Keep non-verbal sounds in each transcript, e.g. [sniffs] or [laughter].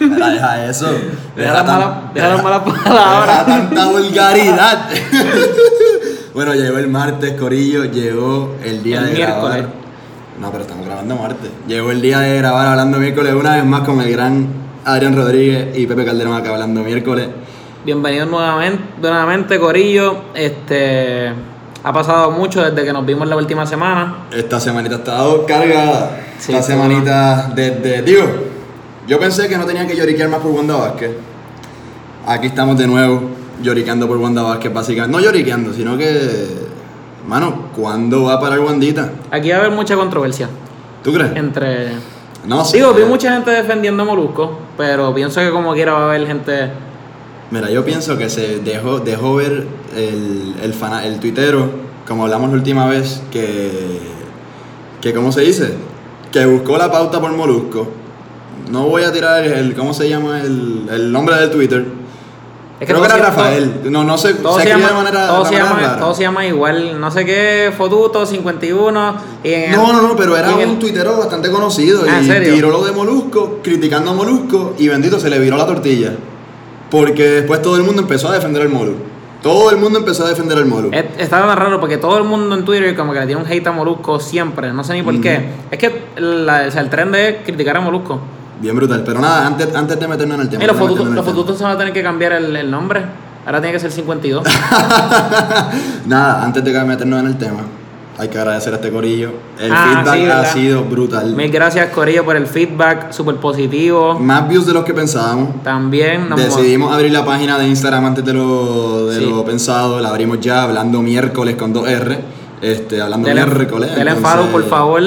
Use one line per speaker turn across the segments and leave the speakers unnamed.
Deja eso.
Deja la
tan-
mala, deja la mala
deja
palabra.
tanta
[laughs]
vulgaridad. bueno, llegó el martes, Corillo. Llegó el día
El
de
miércoles.
grabar. No, pero estamos grabando martes. Llegó el día de grabar hablando miércoles una vez más con el gran Adrián Rodríguez y Pepe Calderón acá hablando miércoles.
Bienvenidos nuevamente, nuevamente, Corillo. Este ha pasado mucho desde que nos vimos la última semana.
Esta semanita ha estado cargada.
Sí,
Esta
sí.
semanita desde. Tío, yo pensé que no tenía que lloriquear más por Wanda Vázquez. Aquí estamos de nuevo, lloriqueando por Wanda Vázquez, básicamente. No lloriqueando, sino que. Mano, ¿cuándo va a parar Wandita?
Aquí va a haber mucha controversia
¿Tú crees?
entre.
No, sí.
Digo, vi mucha gente defendiendo a Molusco, pero pienso que como quiera va a haber gente.
Mira, yo pienso que se dejó, dejó ver el, el, fana- el tuitero, como hablamos la última vez, que, que ¿cómo se dice? Que buscó la pauta por Molusco. No voy a tirar el, ¿cómo se llama? El, el nombre del Twitter.
Es
Creo
todo
que era
se-
Rafael. No, no sé,
Todo
se
se,
escribe
llama,
de manera,
todo,
de
se
manera
llama,
rara.
todo se llama igual, no sé qué, Fotuto 51. Y en el-
No, no, no, pero era
y en
un
el-
tuitero bastante conocido
Ah,
y
¿en serio?
tiró lo de Molusco, criticando a Molusco y bendito se le viró la tortilla. Porque después todo el mundo empezó a defender al Molusco. Todo el mundo empezó a defender al Molusco.
Es- Está tan raro porque todo el mundo en Twitter como que le tiene un hate a Molusco siempre, no sé ni por qué. Es que la- o sea, el tren de criticar a Molusco.
Bien brutal, pero nada, antes, antes de meternos en el tema.
Eh, los
antes de
fotutos, los
meternos en el
fotutos se van a tener que cambiar el, el nombre. Ahora tiene que
[laughs]
ser 52.
tema. Nada, antes de meternos en el tema, hay que agradecer a este corillo. El
Ah,
feedback
sí,
ha
¿verdad?
sido brutal.
Mil gracias Corillo por el feedback, súper positivo.
Más views de los que pensábamos.
También nos
Decidimos abrir la página de Instagram antes de lo, de
Sí.
lo pensado. La abrimos ya, hablando miércoles con 2R. Este, hablando
Denle-
miércoles.
denle
entonces-
follow, por favor,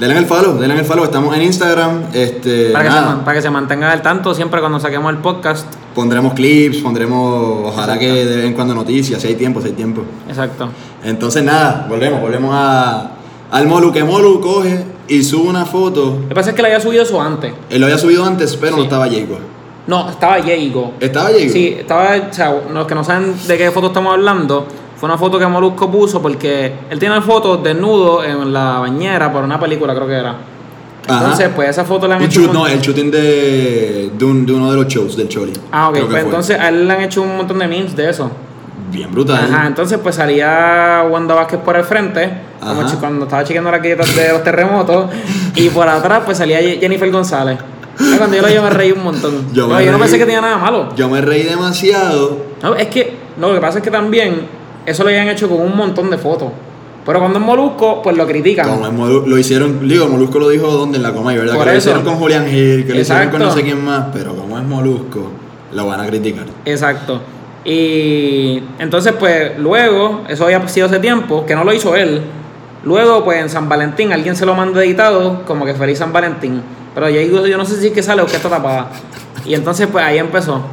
Denle el follow, denle el follow. Estamos en Instagram. Este,
para que, se,
nada.
man- para que se mantengan al tanto siempre cuando saquemos el podcast.
pondremos clips, pondremos, ojalá
Exacto.
que de vez en cuando noticias, si hay tiempo, si hay tiempo.
Exacto.
Entonces nada, volvemos, volvemos a, al Molu, que Molu coge y sube una foto.
Lo que pasa es que le había subido eso antes.
Él lo había subido antes, pero no
Sí.
estaba Jacob.
No, estaba Diego.
¿Estaba Jacob?
Sí, estaba, o sea, los que no saben de qué foto estamos hablando, fue una foto que Molusco puso porque él tiene la foto desnudo en la bañera por una película, creo que era.
Ajá.
Entonces, pues esa foto la han
Un
hecho.
shoot-
un
no, eh,
montón-
el shooting de, de, un- de uno de los shows del Choli.
Ah, ok,
Creo que
pues
fue.
entonces a él le han hecho un montón de memes de eso.
Bien brutal.
Ajá, entonces pues salía Wanda Vázquez por el frente, como
Ajá.
chi- cuando estaba chequeando las galletas de los terremotos, y por atrás pues salía Ye- Jennifer González. Ah, Cuando yo lo vi, yo me reí un montón.
Yo me
Pero yo no
reí.
pensé que tenía nada malo.
Yo me reí demasiado.
No, es que no, lo que pasa es que también eso lo habían hecho con un montón de fotos. Pero cuando es Molusco, pues lo critican.
Como el Molu- lo hicieron, digo, Molusco lo dijo donde en la coma, y ¿verdad?
Por
que lo
eso.
hicieron con Julián Gil, que lo hicieron con no
Exacto.
sé quién más, pero como es Molusco, lo van a criticar.
Exacto. Y entonces, pues luego, eso había sido hace tiempo, que no lo hizo él. Luego, pues en San Valentín, alguien se lo mandó editado, como que feliz San Valentín. Pero yo digo, yo no sé si es que sale o que está tapada. Y entonces, pues ahí empezó.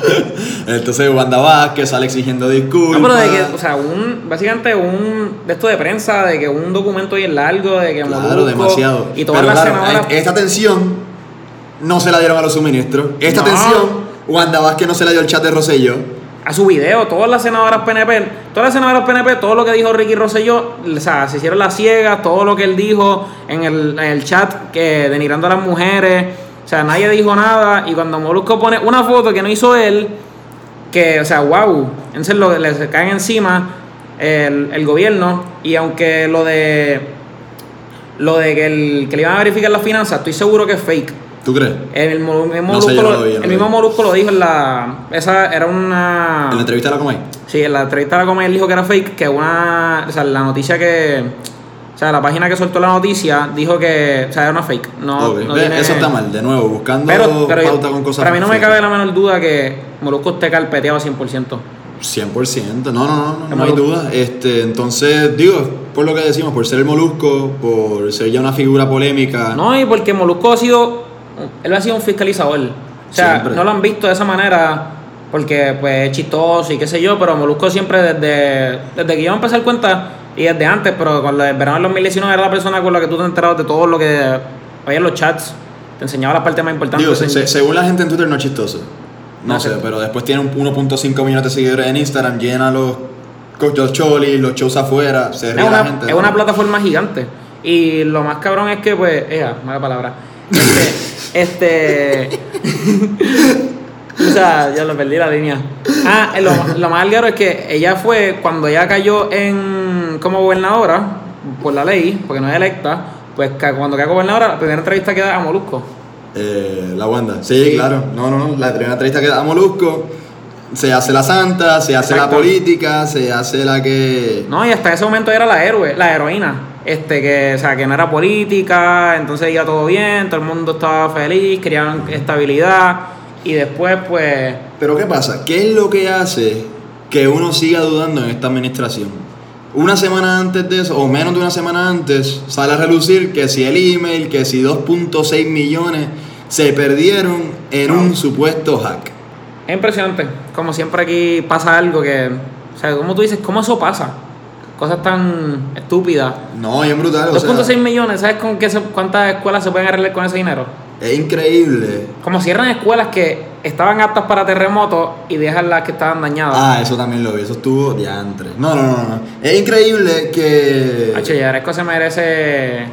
Entonces Wanda Vázquez sale exigiendo disculpas.
No, Ah, pero de que, o sea, un, básicamente un, de esto de prensa, de que un documento bien largo, de que
Claro,
Molusco
demasiado.
Y todas
Pero
las
claro,
senadoras-
e- esta tensión no se la dieron a los suministros. Esta
No.
tensión, Wanda Vázquez no se la dio al chat de Rosselló.
a su video, todas las senadoras PNP, todas las senadoras PNP, todo lo que dijo Ricky Rosselló, o sea, se hicieron las ciegas, todo lo que él dijo en el, en el chat que denigrando a las mujeres, o sea, nadie dijo nada y cuando Molusco pone una foto que no hizo él, que, o sea, wow, entonces lo, les caen encima el, el gobierno y aunque lo de lo de que, el, que le iban a verificar las finanzas, estoy seguro que es fake.
¿Tú crees?
El, mo- el mismo
No sé, yo
Molusco
no
lo-
lo vi, yo no lo
el
vi.
mismo Molusco lo dijo en la... Esa era una...
En la entrevista a la Comay.
Sí, en la entrevista la comedia él dijo que era fake, que una. O sea, la noticia que. O sea, la página que soltó la noticia dijo que. O sea, era una fake. No,
Ok.
no
Ve,
tiene-
Eso está mal, de nuevo, buscando
Pero, pero
pauta con cosas.
para mí no me
fake.
cabe la menor duda que Molusco esté carpeteado 100%.
100%, no, no, no, no, no hay
Molusco.
duda. Este, entonces, digo, por lo que decimos, por ser el molusco, por ser ya una figura polémica.
No, y porque Molusco ha sido. Él ha sido un fiscalizador. O sea,
Siempre.
no lo han visto de esa manera porque pues es chistoso y qué sé yo, pero Molusco siempre desde, desde que yo empecé a dar cuenta y desde antes, pero con el verano del 2019 era la persona con la que tú te enterabas de todo lo que había en los chats, te enseñaba las partes más importantes.
Digo, se-
Entonces,
se- según la gente en Twitter no es chistoso. No
No
sé,
sé.
pero después tiene un 1.5 millones de seguidores en Instagram, llena los, con los cholis, los shows afuera, se ríe
es,
la
una,
gente.
es una plataforma gigante. Y lo más cabrón es
[laughs]
que, pues, ea, mala palabra. Este, este O sea, yo lo perdí la línea. Ah, lo, lo más álgaro es que ella fue, cuando ella cayó en como gobernadora, por la ley, porque no es electa, pues ca- cuando cae gobernadora, la primera entrevista que da a Molusco.
Eh, la Wanda. Sí, claro. No, no, no. La primera entrevista que da Molusco. Se hace la santa, se hace
Exacto.
la política, se hace la que.
No, y hasta ese momento era la héroe, la heroína. Este, que, o sea, que no era política, entonces iba todo bien, todo el mundo estaba feliz, querían estabilidad, y después, pues,
Pero ¿qué pasa? ¿Qué es lo que hace que uno siga dudando en esta administración? Una semana antes de eso, o menos de una semana antes, sale a relucir que si el email, que si 2.6 millones se perdieron en un supuesto hack.
es impresionante. Como siempre aquí pasa algo que, o sea, como tú dices, ¿cómo eso pasa? Cosas tan estúpidas.
No, y es brutal. o sea,
2.6 millones, ¿sabes con qué se- cuántas escuelas se pueden arreglar con ese dinero?
es increíble.
Como cierran escuelas que estaban aptas para terremotos y dejan las que estaban dañadas.
Ah, eso también lo vi, eso estuvo diantre. No, no, no, no. Es increíble que.
Hacho, Yaresco se merece.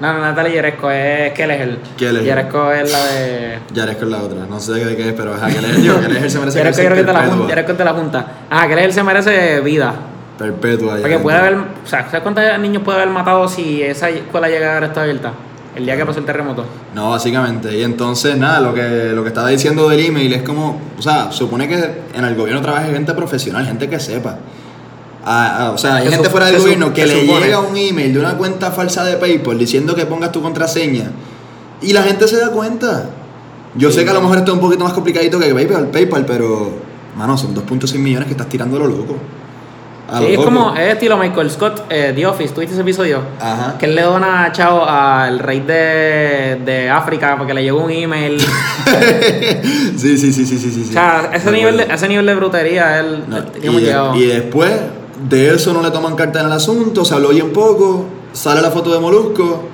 No, no, Natalia Yaresco es Kelleher.
Kelleher.
Yaresco es la de.
Yaresco es la otra, no sé de qué es, pero ajá, que le digo, que le se merece
Yaresco, yo creo que te la
perpetua.
junta. Yaresco es de la junta. Ajá, Kelleher se merece vida.
Perpetua.
Porque
Yaresco.
puede haber. O sea, ¿sabes cuántos niños puede haber matado si esa escuela llegara a estar abierta? El día que pasó el terremoto.
No, básicamente. Y entonces, nada, lo que, lo que estaba diciendo del email es como, o sea, supone que en el gobierno trabaje gente profesional, gente que sepa. Ah, ah, o sea, hay
Se
gente
su-
fuera del
se
gobierno
su-
que
se
le
supone.
llega un email de una cuenta falsa de PayPal diciendo que pongas tu contraseña y la gente se da cuenta. Yo sé que a lo mejor esto es un poquito más complicadito que PayPal, PayPal pero, mano, son 2.6 millones que estás tirando a lo loco. A
Sí,
lo
es
loco.
como. Es estilo Michael Scott, eh, The Office. ¿Tuviste ese episodio?
Ajá.
Que él le dona a Chao al rey de, de África porque le llegó
[laughs]
un
[laughs]
email.
sí, sí, sí, sí, sí, sí.
O sea, ese
Me
nivel, de,
acuerdo.
ese nivel de brutería él
No,
que
y,
Este, hemos
de-
llegado.
y después de eso no le toman carta en el asunto, se habló bien poco, sale la foto de Molusco.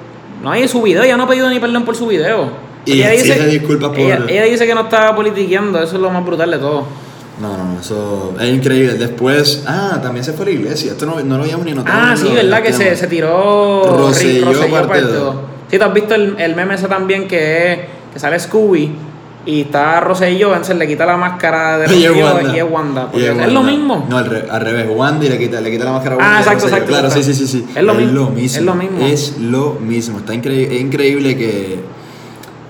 No, y su video, ella no ha pedido ni perdón por su video.
Y
Ella
exige disculpas por-
Ella, ella dice que no estaba politiqueando, eso es lo más brutal de todo.
No, no, no, eso es increíble. Después, ah, también se fue a la iglesia, esto no, no lo habíamos ni notado.
ah,
en
sí,
lo-
¿verdad?
en
Que
el
se,
tema.
se tiró Rick
Rosselló parte dos.
dos. Sí, tú has visto el, el meme ese también que es, que sale Scooby y está Rosselló, entonces le quita la máscara
[laughs]
de
Y es
Rosselló
Wanda.
y es Wanda.
Y
porque es lo
Wanda.
mismo.
No, al, re- al revés, Wanda y le quita, le quita la máscara a Wanda.
Ah,
y
exacto,
Rosselló.
exacto,
Claro, sí,
exacto.
sí, sí, sí.
Es lo mismo, es lo mismo.
Es lo mismo. Está increíble, es increíble que,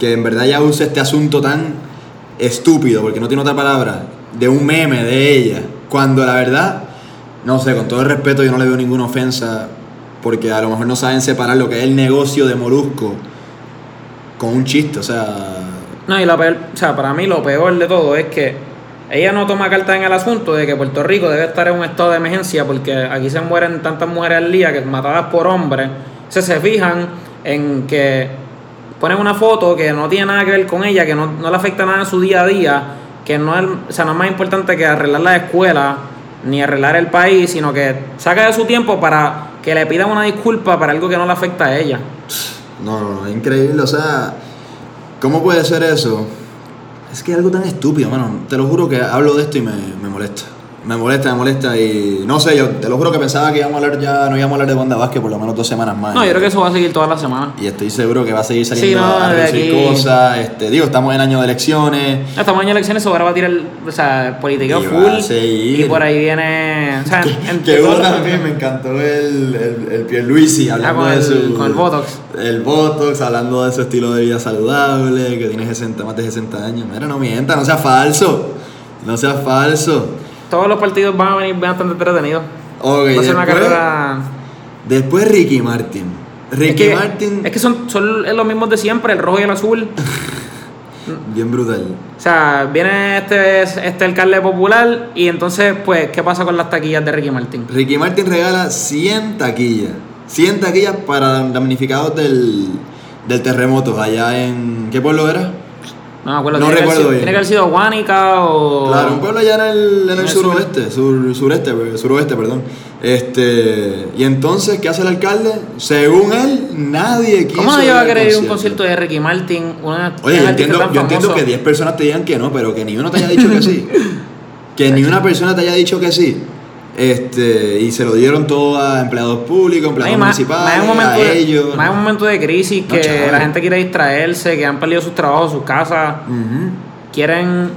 que en verdad ya use este asunto tan estúpido, porque no tiene otra palabra, de un meme de ella. Cuando la verdad, no sé, con todo el respeto, yo no le veo ninguna ofensa, porque a lo mejor no saben separar lo que es el negocio de Molusco con un chiste, o sea.
No, y la peor, o sea, para mí lo peor de todo es que ella no toma carta en el asunto de que Puerto Rico debe estar en un estado de emergencia porque aquí se mueren tantas mujeres al día que matadas por hombres. Se se fijan en que ponen una foto que no tiene nada que ver con ella, que no, no le afecta nada en su día a día, que no es, o sea, no es más importante que arreglar la escuela ni arreglar el país, sino que saca de su tiempo para que le pidan una disculpa para algo que no le afecta a ella.
No, no, no, increíble, o sea, ¿cómo puede ser eso? Es que es algo tan estúpido, mano. Te lo juro que hablo de esto y me, me molesta. Me molesta, me molesta y no sé, yo te lo juro que pensaba que íbamos a hablar ya, no íbamos a hablar de banda Vázquez por lo menos dos semanas más.
No, yo creo que eso va a seguir toda la semana.
Y estoy seguro que va a seguir saliendo
no,
a
de
reducir
aquí-
cosas. Este, digo, estamos en año de elecciones.
Esta mañana elecciones ahora va a tirar el, o sea, el politiqueo
Y va
full.
a seguir.
Y por ahí viene. O sea, en-
Que
todo
hubo
lo-
también, me encantó el, el, el Pierluisi hablando
con
de
el-
su...
con el Botox.
El Botox, hablando de su estilo de vida saludable, que tiene 60, más de 60 años. Mira, no mienta, no sea falso. No sea falso.
todos los partidos van a venir bastante entretenidos.
Ok,
va a ser una
después-
carrera.
Después Ricky Martin. Ricky
Es que,
Martin,
es que son, son los mismos de siempre, el rojo y el azul.
bien brutal.
O sea, viene este, este alcalde popular y entonces, pues, ¿qué pasa con las taquillas de Ricky Martín?
Ricky Martin regala 100 taquillas. 100 taquillas para damnificados del, del terremoto allá en... ¿Qué pueblo era?
No me acuerdo.
No
tiene que haber
recuerdo
sido-
bien.
Tiene que haber sido Guánica o. Ah,
Claro, un pueblo allá en el, en el
En el sur.
suroeste, sur, sureste, eh, suroeste, perdón. Este, y entonces, ¿qué hace el alcalde? Según él, nadie quiso.
¿Cómo no iba a
ir al
querer ir a un concierto de Ricky Martin? Una,
Oye,
un
yo
artista
entiendo,
tan
yo entiendo
famoso?
que 10 personas te digan que no, pero que ni uno te haya dicho que
[laughs]
sí. que ni una persona te haya dicho que sí. Este, y se lo dieron todo a empleados públicos, empleados
Ay, más,
municipales,
más hay un momento
a
de,
ellos.
más hay un momento de crisis
No,
que
chaval.
la gente quiere distraerse, que han perdido sus trabajos, sus casas.
Ujú.
O quieren.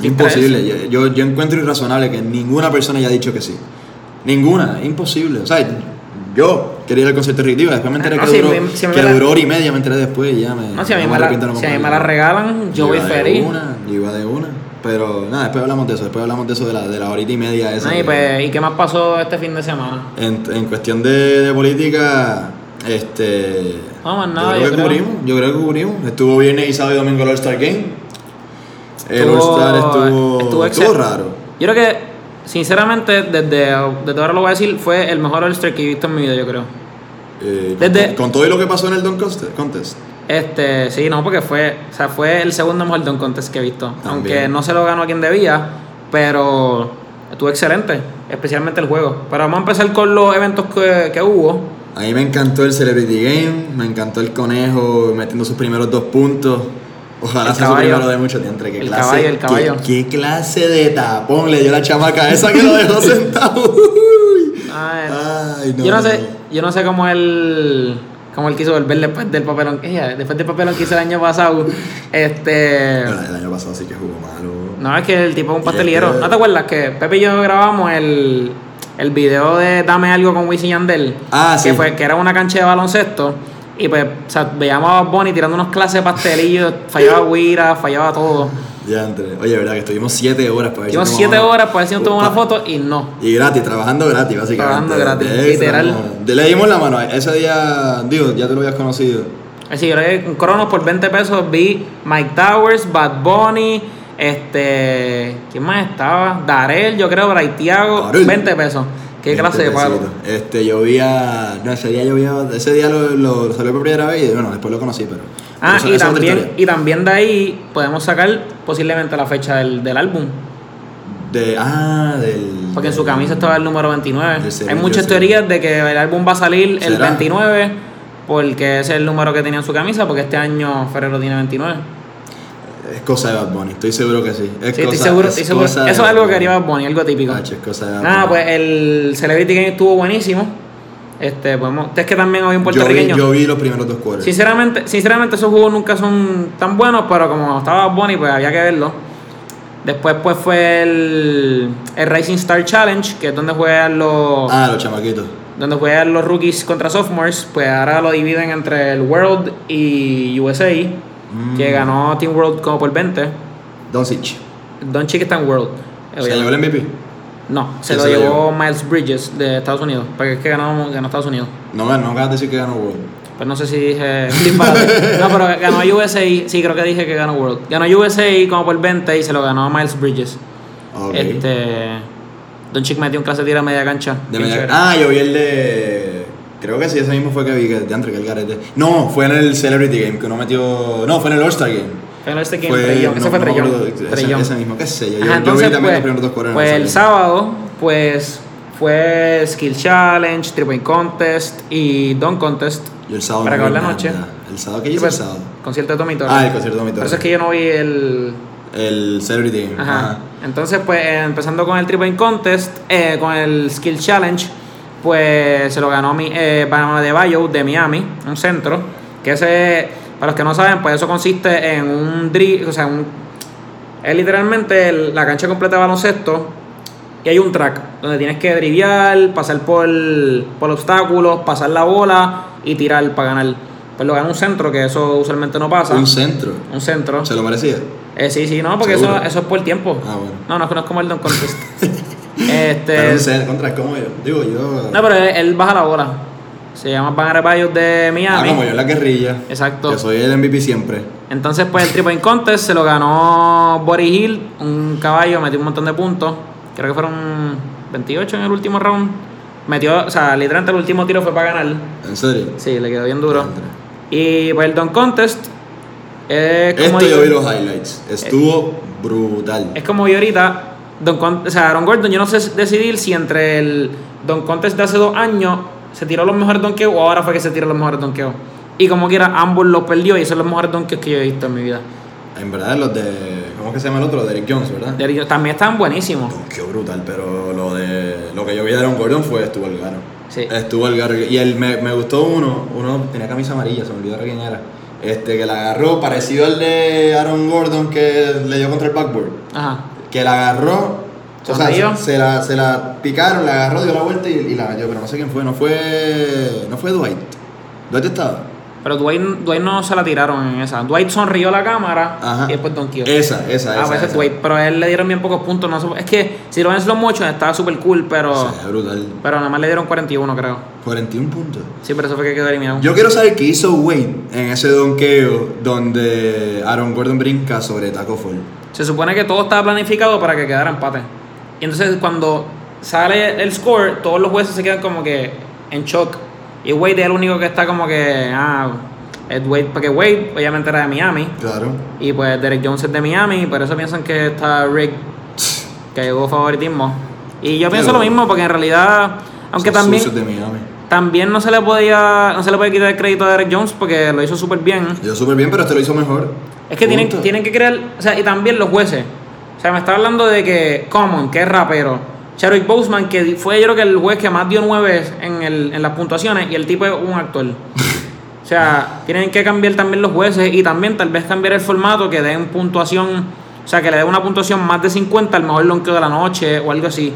distraerse.
Imposible. Yo, yo, yo encuentro irrazonable que ninguna persona haya dicho que sí. Ninguna. Imposible. O sea, yo quería ir al concierto de Ricky Diva, Después me enteré
No,
que,
si
duró,
me- si me
que
la-
duró hora y media. Me enteré después y ya me.
No, si a mí
ya
me,
arrepiento de
la,
no
si a mí me
comprarlo.
la regalan, yo voy
iba de
feliz.
Una, yo iba de una. Pero nada, después hablamos de eso. Después hablamos de eso de la, de la horita y media esa.
Ay,
que-
pues, ¿Y qué más pasó este fin de semana?
en, en cuestión de, de política, este.
No, más nada,
yo creo
yo
que
creo.
cubrimos. Yo creo que cubrimos. Estuvo viernes y sábado y domingo el All-Star Game. El
Estuvo-
All-Star estuvo.
estuvo
Estuvo,
excel-
raro.
Yo creo que, sinceramente, desde, desde ahora lo voy a decir, fue el mejor All-Star que he visto en mi vida, yo creo.
Eh,
Desde-
con, con todo y lo que pasó en el Don Contest. contest.
Este, sí, no, porque fue, o sea, fue el segundo mejor Don Contest que he visto.
También.
Aunque no se lo ganó a quien debía, pero estuvo excelente, especialmente el juego. Pero vamos a empezar con los eventos que, que hubo.
A mí me encantó el Celebrity Game. Me encantó el conejo metiendo sus primeros dos puntos. Ojalá
El
sea su
caballo.
primero de mucho tiempo. ¿Qué
El
clase,
caballo, el
qué-
caballo.
Qué, clase de tapón le dio la chamaca esa que lo dejó
[laughs]
sentado. Uy.
Ay,
Ay, Ah, no.
yo no sé, yo no sé cómo él cómo él quiso volver después del papelón, ella, después del papelón que hizo el año pasado. Este
Bueno, el año pasado sí que jugó malo.
no es que el tipo es un
Y
pastelero.
este-
¿No te acuerdas que Pepe y yo grabamos el, el video de Dame algo con Wisin y Yandel?
Ah,
que
sí.
fue que era una cancha de baloncesto y pues o sea, veíamos a Bad Bunny tirando unos clases de pastelillos, fallaba Guira, fallaba todo.
Ya entre. Oye, verdad que estuvimos 7 horas para ver si
Llevamos
tomamos-
siete horas para ver si nos tomamos una
Pa-
foto y no.
Y gratis, trabajando gratis, básicamente.
Trabajando gratis,
Extra,
literal.
¿no? Le dimos la mano. Ese día, digo, ya tú lo habías conocido.
Así yo le en Cronos por 20 pesos vi Mike Towers, Bad Bunny, este. ¿Quién más estaba? Darel, yo creo, Braithiago,
Darel.
20 pesos. Qué clase de pago.
Este, Este, yo vi a- No, ese día yo vi a- Ese día lo, lo, lo salió por primera vez y bueno, después lo conocí, pero. pero
Ah,
esa- esa
y,
es otra
también,
historia.
y también de ahí podemos sacar posiblemente la fecha del, del álbum.
De, ah, del.
Porque en su camisa estaba el número 29.
Yo sé,
Hay
yo
muchas
sé.
teorías de que el álbum va a salir el
¿Será?
29 porque ese es el número que tenía en su camisa, porque este año Ferrero tiene 29.
Es cosa de Bad Bunny, estoy seguro que sí. Es
Sí,
cosa,
estoy seguro.
es
estoy seguro.
cosa de Ah,
Eso es
Bad
algo que
Bunny.
haría Bad Bunny, algo típico.
Hacho, es cosa de Bad
Nada,
Bunny.
pues el Celebrity Game estuvo buenísimo. Este, podemos. Es que también había un
Yo vi,
puertorriqueño.
yo vi los primeros dos cuadros.
Sinceramente, sinceramente esos juegos nunca son tan buenos, pero como estaba Bonnie, pues había que verlo. Después pues fue el, el Racing Star Challenge, que es donde juegan los
Ah, los chamaquitos.
donde juegan los rookies contra sophomores, pues ahora lo dividen entre el World y USA,
Mm.
que ganó Team World como por 20.
Doncic.
Eh, Don Chick está en World.
¿Se llevó el MVP?
No, se
¿Quién
lo
se lo
llevó Miles Bridges de Estados Unidos, porque es que ganó, ganó Estados Unidos.
No, gan- no acabas de decir que ganó World.
Pues no sé si dije un disparate. No, pero ganó USA. Sí, creo que dije que ganó World. Ganó USA como por 20 y se lo ganó a Miles Bridges.
Ok.
Este. Don Chick metió un clase de tiro a media cancha.
De
Bien
media-
chévere.
Ah, yo vi el de. Creo que sí, ese mismo fue que vi, que de antes que el garete. No, fue en el Celebrity Game que uno metió. No, fue en el All-Star Game.
Ganó este game, Trey
Fue,
Young. Ese fue Trey Young. Trey
Ese,
Young.
ese mismo, qué sé yo. Yo,
Ajá,
yo
entonces,
vi también los
pues,
primeros dos cuadros. en
pues
el
el sábado, pues fue Skill Challenge, Three Point Contest y Don Contest.
Yo el sábado.
para
no vi
acabar la
nada.
noche.
El sábado, ¿qué hice el
Pues,
sábado?
Concierto de Tommy Torres.
Ah, el concierto de mi
Por eso es
torre.
que yo no vi el,
El Celebrity Game.
Ajá.
Ajá.
Entonces, pues, eh, empezando con el Triple Contest, eh, con el Skill Challenge, pues se lo ganó mi, eh, Banana de Bayo de Miami, un centro. Que ese, para los que no saben, pues eso consiste en un dri o sea, un, es literalmente el- la cancha completa de baloncesto. Y hay un track donde tienes que driviar, pasar por, por obstáculos, pasar la bola y tirar para ganar. Pues lo ganó un centro, que eso usualmente no pasa.
Un centro.
Un centro.
¿Se lo merecía?
Eh, sí, sí, no, porque eso,
Seguro.
eso es por tiempo.
Ah, bueno.
No, no, es que no es como el
[laughs]
Don Contest.
Pero un
este,
centro, contra, ¿cómo yo? Digo yo.
no, pero él, él baja la bola. Se llama Banner Bayou de
ah,
Miami.
como yo en la guerrilla.
Exacto.
Que soy el MVP siempre.
Entonces, pues el Triple Contest se lo ganó Boris Hill, un caballo, metió un montón de puntos. Creo que fueron 28 en el último round. Metió, o sea, literalmente el último tiro fue para ganar.
En serio.
Sí, le quedó bien duro. Y pues el Don Contest. eh,
Esto
como
yo
digo- eh,
vi los highlights. Estuvo brutal.
Es como yo ahorita, Don Con- o sea, Aaron Gordon, yo no sé decidir si entre el Don Contest de hace dos años se tiró los mejores donkeos o ahora fue que se tiró los mejores donkeos. Y como quiera, ambos los perdió y esos son los mejores donkeos que yo he visto en mi vida.
En verdad, los de. ¿Cómo es que se llama el otro? Derek Jones, ¿verdad?
De ellos También estaban buenísimos.
Qué brutal, pero lo de lo que yo vi de Aaron Gordon fue estuvo al garo.
Sí.
Estuvo al garo. Y él me, me gustó uno, uno tenía camisa amarilla, se me olvidó ahora quién era. este, que la agarró, parecido al de Aaron Gordon que le dio contra el backboard,
Ajá.
que la agarró, o sea,
Sonrío.
se, se la, se la picaron, la agarró, dio la vuelta y, y la cayó, pero no sé quién fue, no fue, no fue Dwight, Dwight estaba,
Pero Dwight, Dwight no se la tiraron en esa. Dwight sonrió a la cámara
Ajá.
y después donkeó. Ah,
esa, esa, esa,
A veces
esa.
pues Dwight, pero a él le dieron bien pocos puntos. No sé, es que si lo ven slow motion estaba súper cool, pero,
O sea, brutal,
pero nada más le dieron 41, creo.
41 puntos.
Sí, pero eso fue que quedó eliminado.
Yo quiero saber qué hizo Wade en ese donqueo donde Aaron Gordon brinca sobre Taco Fall.
Se supone que todo estaba planificado para que quedara empate. Y entonces cuando sale el score, todos los jueces se quedan como que en shock. Y Wade es el único que está como que, ah, es Wade, porque Wade obviamente era de Miami.
Claro.
Y pues Derek Jones es de Miami, por eso piensan que está Rick, [sniffs] que hubo favoritismo. Y yo pienso
Pero-
lo mismo, porque en realidad, aunque
Son
también,
sucios de Miami.
también no se le podía, no se le puede quitar el crédito a Derek Jones porque lo hizo súper bien.
Yo súper bien, pero este lo hizo mejor.
Es que tienen,
Punto.
tienen que crear, o sea, y también los jueces. O sea, me está hablando de que Common, que es rapero, Chadwick Boseman, que fue yo creo que el juez que más dio nueve en, el, en las puntuaciones, y el tipo es un actor. O sea, tienen que cambiar también los jueces y también tal vez cambiar el formato que den puntuación, o sea, que le den una puntuación más de 50 al mejor lonqueo de la noche o algo así.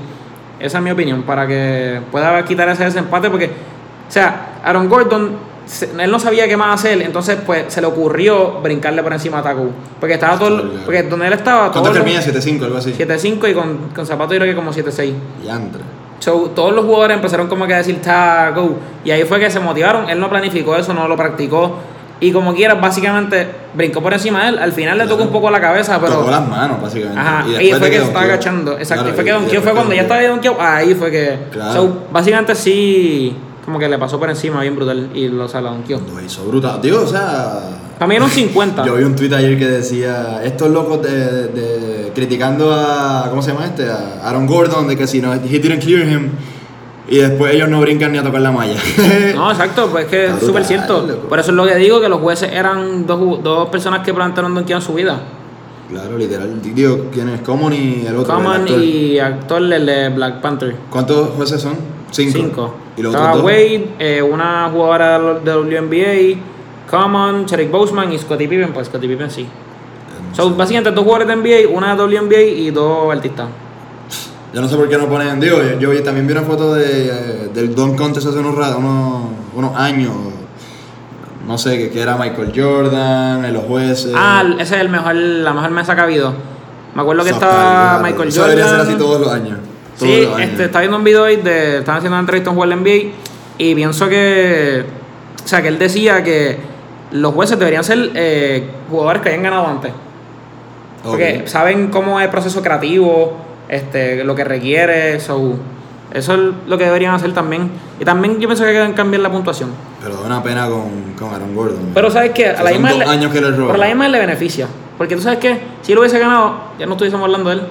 Esa es mi opinión, para que pueda quitar ese desempate, porque, o sea, Aaron Gordon, se- él no sabía qué más hacer, entonces pues se le ocurrió brincarle por encima a Taku, porque estaba todo,
Claro.
porque donde él estaba, todo
¿Cuánto termina? 7-5, algo así.
7-5 y con, con zapatos yo creo que como 7-6.
Yantra.
So, todos los jugadores empezaron como que a decir taco. Y ahí fue que se motivaron. Él no planificó eso, no lo practicó. Y como quiera, básicamente brincó por encima de él. Al final le tocó
Claro.
un poco la cabeza,
Tocó
pero.
las manos, básicamente.
Ajá, y,
después
fue
de
que se estaba
donqueó.
agachando. Exacto,
Claro,
y fue que
y
donkeó.
después
Fue cuando ya estaba
donqueó.
de donkeó, ahí fue que.
Claro.
So, básicamente sí, como que le pasó por encima bien brutal y lo, o sea, la donkeó.
Lo hizo brutal. Digo, o sea.
Para mí era un 50.
Yo vi un tweet ayer que decía, estos locos de, de- criticando a, ¿cómo se llama este? A Aaron Gordon, de que si no, he didn't clear him. Y después ellos no brincan ni a tocar la malla. [laughs]
No, exacto, pues es que
Está
es súper
brutal,
cierto.
loco.
Por eso es lo que digo, que los jueces eran dos, ju- dos personas que plantaron donkeado en su vida.
Claro, literal. Digo, ¿quién es Common y el otro? el
Common
actor?
y actor el de Black Panther.
¿Cuántos jueces son? Cinco.
Cinco.
¿Y los
Estaba
otros dos?
Wade, eh, una jugadora de WNBA, Common, Cherry Boseman y Scottie Pippen. Pues Scottie Pippen sí. Son básicamente dos jugadores de NBA, una de WNBA y dos artistas.
Yo no sé por qué no ponen. Digo, yo, yo vi- también vi una foto de, eh, del Don Contest hace unos, ra- unos, unos años. No sé, que, que era Michael Jordan, eh, los jueces.
Ah, ese es el mejor, la mejor mesa que ha habido. Me acuerdo que
Eso
estaba
está bien,
Michael
eso
Jordan.
debería ser así todos los años. Todos
Sí,
los años.
este, estaba viendo un video hoy de. Estaban haciendo una entrevista a un juez de NBA. Y pienso que. O sea, que él decía que los jueces deberían ser eh, jugadores que hayan ganado antes.
Ok.
Porque saben cómo es el proceso creativo, este, lo que requiere, so, eso es lo que deberían hacer también. Y también yo pienso que deben cambiar la puntuación.
Pero da una pena con, con Aaron Gordon.
Pero sabes que a
Son
la misma
dos
le-
años que le roban.
pero a la misma le beneficia. Porque tú sabes que si él hubiese ganado, ya no estuviésemos hablando de él.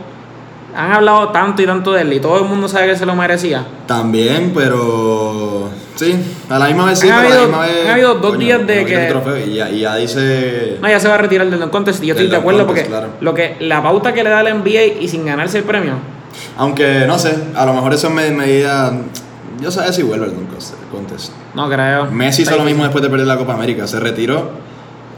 Han hablado tanto y tanto de él y todo el mundo sabe que se lo merecía.
También, pero. Sí, a la misma vez sí, pero
Han
a
habido-
la misma vez.
han habido dos días de
no quiero
que-
el trofeo. Y ya, y ya dice.
No, ya se va a retirar del contest y yo
Del
estoy de
Dunk
acuerdo
Contest,
porque
claro.
lo que la pauta que le da el NBA y sin ganarse el premio.
Aunque, no sé, a lo mejor eso es me- medida. Yo sabía si vuelve al Dunk Contest.
No creo.
Messi hizo
Está
lo
difícil.
mismo después de perder la Copa América. Se retiró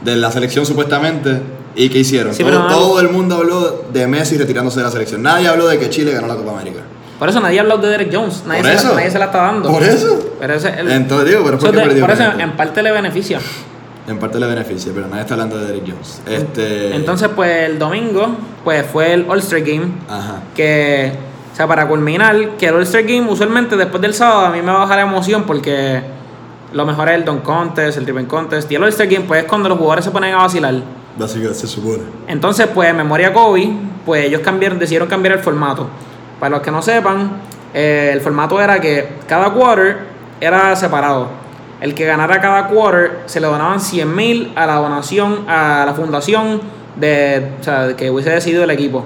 de la selección supuestamente. ¿Y qué hicieron?
Sí,
todo,
pero no-
todo el mundo habló de Messi retirándose de la selección. Nadie habló de que Chile ganó la Copa América.
Por eso nadie ha hablado de Derek Jones. Nadie,
Por
se,
eso.
La, nadie se la está dando.
¿Por eso?
Pero ese, el-
Entonces, digo, pero
eso
¿por qué
te-
perdió?
por eso
México?
en parte le beneficia.
En parte le beneficia, pero nadie está hablando de Derek Jones. Este.
Entonces, pues el domingo, pues fue el All-Star Game.
Ajá.
Que, o sea, para culminar, que el All-Star Game, usualmente después del sábado, a mí me baja la emoción porque lo mejor es el Don Contest, el Triple Contest. Y el All-Star Game, pues es cuando los jugadores se ponen a vacilar.
Básicamente se supone.
Entonces, pues, en memoria Kobe, pues ellos cambiaron, decidieron cambiar el formato. Para los que no sepan, eh, el formato era que cada quarter era separado. El que ganara cada quarter se le donaban 100 mil a la donación, a la fundación de, o sea, que hubiese decidido el equipo.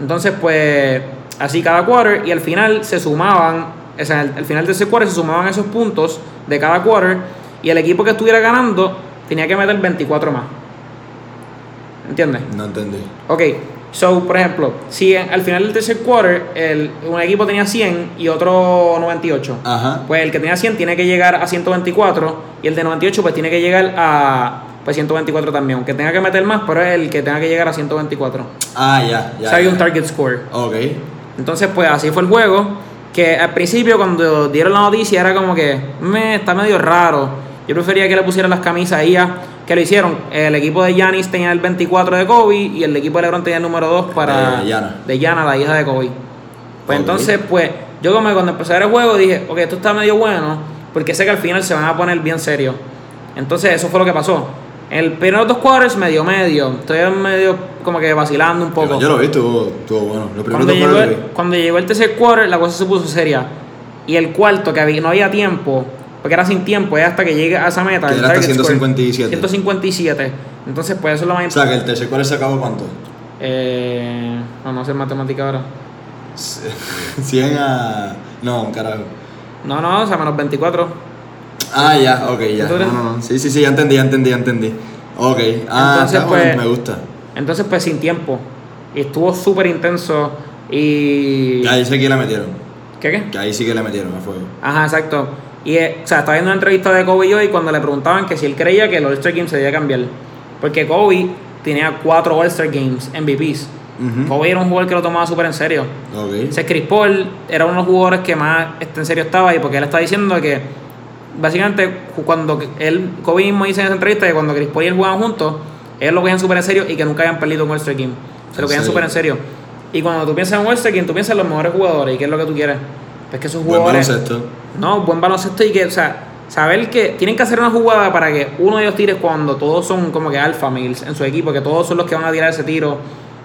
Entonces, pues, así cada quarter y al final se sumaban, o sea, al, al final de ese quarter se sumaban esos puntos de cada quarter y el equipo que estuviera ganando tenía que meter 24 más. ¿Entiendes?
No entendí.
Ok, so, por ejemplo, si en- al final del tercer quarter el, un equipo tenía 100 y otro 98,
Ajá.
pues el que tenía 100 tiene que llegar a 124 y el de 98 pues tiene que llegar a pues 124 también. Aunque tenga que meter más, pero es el que tenga que llegar a 124.
Ah, ya, ya.
o sea, hay
ya.
un target score.
Ok.
Entonces, pues así fue el juego. Que al principio, cuando dieron la noticia, era como que me está medio raro. Yo prefería que le pusieran las camisas a ella, que lo hicieron. El equipo de Giannis tenía el 24 de Kobe y el equipo de LeBron tenía el número 2 para.
De Gianna.
de Gianna, la hija de Kobe. Pues
Ok.
entonces, pues yo como que cuando empecé a ver el juego dije, ok, esto está medio bueno, porque sé que al final se van a poner bien serio. Entonces, eso fue lo que pasó. El primeros dos cuadros medio medio, estoy medio como que vacilando un poco.
Yo lo vi, estuvo, estuvo bueno. Lo primero
Cuando
que
llegó,
lo vi.
el, cuando llegó el tercer quarter, la cosa se puso seria. Y el cuarto, que había- no había tiempo, porque era sin tiempo, es hasta que llegue a esa meta.
Que
el
era hasta
target score.
157.
157. Entonces, pues eso es lo más
O sea, que el tercer cuarto se acabó cuánto? [laughs]
Eh, no, no sé matemática ahora.
100 a. No, carajo.
No, no, o sea, menos 24.
Ah, ya, ok, ya.
¿Tú
No,
eres?
no, no. Sí, sí, sí, ya entendí, ya entendí, ya entendí. Ok. Ah,
Entonces,
está bueno,
pues-
me gusta.
Entonces, pues sin tiempo. Y estuvo súper intenso. Y.
Que Ahí sí que la metieron.
¿Qué qué?
Que ahí sí que le metieron a fuego.
Ajá, exacto. Y, eh, o sea, estaba viendo una entrevista de Kobe y yo y cuando le preguntaban que si él creía que el All-Star Game se debía cambiar. Porque Kobe tenía cuatro All-Star Games MVPs.
Ujú.
Kobe era un jugador que lo tomaba súper en serio.
Ok.
Entonces Chris Paul era uno de los jugadores que más este, en serio estaba y porque él está diciendo que básicamente cu- cuando él, Kobe mismo dice en esa entrevista que cuando Chris Paul y él jugaban juntos, ellos lo cogían súper en serio y que nunca habían perdido un All-Star Game. Se
¿En
lo cogían
serio?
súper en serio. Y cuando tú piensas en un All-Star Game, tú piensas en los mejores jugadores y qué es lo que tú quieres. Es que esos
Buen
jugadores...
baloncesto.
No, buen baloncesto y que, o sea, saber que tienen que hacer una jugada para que uno de ellos tire cuando todos son como que alfa males en su equipo, que todos son los que van a tirar ese tiro.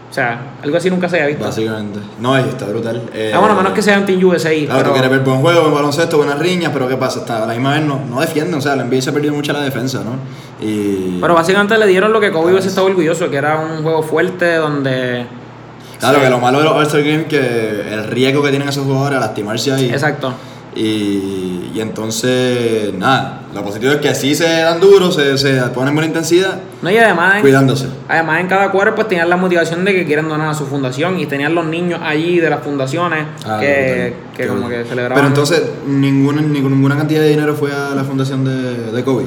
O sea, algo así nunca se había visto.
Básicamente. No, y está brutal. Eh,
eh. ah, bueno, a menos que sea un Team USA.
Claro, tú
pero-
quieres ver buen juego, buen baloncesto, buenas riñas, pero ¿qué pasa? Hasta la misma vez no, no defienden, o sea, la NBA se ha perdido mucho la defensa, ¿no? Y...
Pero básicamente le dieron lo que Kobe hubiese estado orgulloso, que era un juego fuerte donde...
Claro,
Sí.
que lo malo de los All-Star Games es que el riesgo que tienen esos jugadores a lastimarse ahí.
Exacto.
Y, y entonces, nada, lo positivo es que así se dan duros, se, se ponen buena intensidad,
No, y además... en-
cuidándose.
Además, en cada cuadro pues tenían la motivación de que quieren donar a su fundación y tenían los niños allí de las fundaciones
Ah,
que,
brutal.
que
Qué
como
bueno.
que celebraban.
Pero entonces, ninguna, ninguna, ninguna cantidad de dinero fue a la fundación de, de Kobe.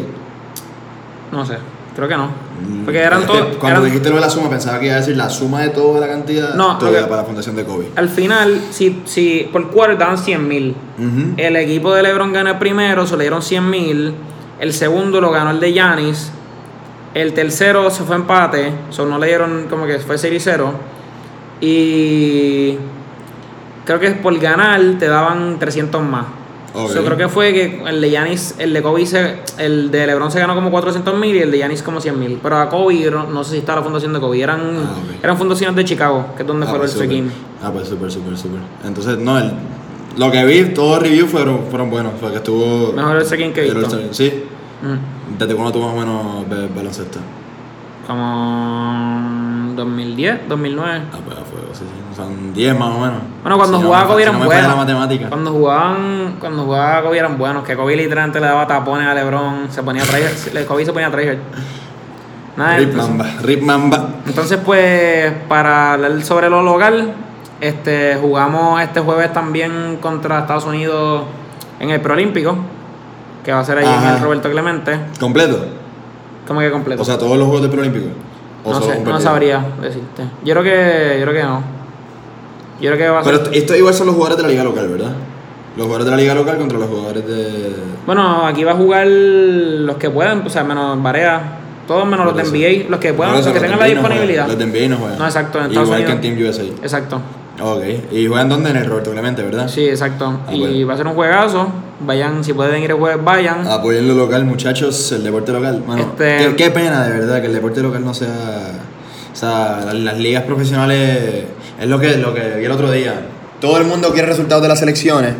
No sé, creo que no. Porque eran
Mm, Es que
todos...
Cuando
eran-
dijiste lo de la suma, pensaba que iba a decir la suma de toda la cantidad
No,
toda
lo que-
para la fundación de Kobe.
Al final, si, si por quarter daban 100 mil,
Ujú.
el equipo de LeBron ganó el primero, se le dieron 100 mil, el segundo lo ganó el de Giannis, el tercero se fue empate, o sea, no le dieron como que fue 0 y 0, y creo que por ganar te daban 300 más.
Ok.
So, creo que fue que el de Giannis, el de Kobe, se- el de LeBron se ganó como 400 mil y el de Giannis como 100 mil. Pero a Kobe, no, no sé si está la fundación de Kobe, eran,
Ah, ok.
eran fundaciones de Chicago, que es donde
Ah,
fue
pues,
el
súper.
Game.
Ah, pues súper, súper, súper. Entonces, no, el- lo que vi, todos los reviews fueron, fueron buenos. Fue que estuvo.
Mejor el Game que he
el
visto.
All-Star- Sí.
Mm.
¿Desde cuándo tú más o menos ves baloncesto?
Como 2010, 2009.
Ah, pues fue, sí, sí. Son 10 más o menos.
Bueno, cuando
Si no
jugaba
me- si
Kobe eran
no me falla
buenos.
la matemática.
Cuando jugaban, cuando jugaba Kobe eran buenos, que Kobe literalmente le daba tapones a LeBron, se ponía tryhard, le- Kobe se ponía tryhard. Nada,
Rip
entonces,
Mamba, Rip Mamba.
entonces, pues para hablar sobre lo local, este jugamos este jueves también contra Estados Unidos en el Proolímpico, que va a ser ahí en
Ajá.
el Roberto Clemente,
¿Completo?
como que completo.
O sea, todos los juegos del Preolímpico. ¿O
no
solo
sé,
un
no
partido?
sabría decirte. Yo creo que, yo creo que no. Yo creo que va a ser
Pero esto- esto igual son los jugadores de la liga local, ¿verdad? Los jugadores de la liga local contra los jugadores de.
Bueno, aquí va a jugar los que puedan, o sea, menos Barea, todos menos los de
Por
NBA, los que puedan,
Por
los
eso,
que tengan la
NBA no juegan,
disponibilidad.
Los de NBA no juegan.
No, exacto, en
Igual
Estados
que en
Unidos.
Team USA.
Exacto.
Ok, ¿y juegan dónde? En el Roberto Clemente, ¿verdad?
Sí, exacto.
Ah,
y
bueno. Ah.
va a ser un juegazo. Vayan, si pueden ir el jueves, vayan.
Apoyen lo local, muchachos, el deporte local. Mano,
Este-
qué, qué pena, de verdad, que el deporte local no sea... O sea, la- las, ligas profesionales... Es lo que, lo que vi el otro día. Todo el mundo quiere resultados de las selecciones,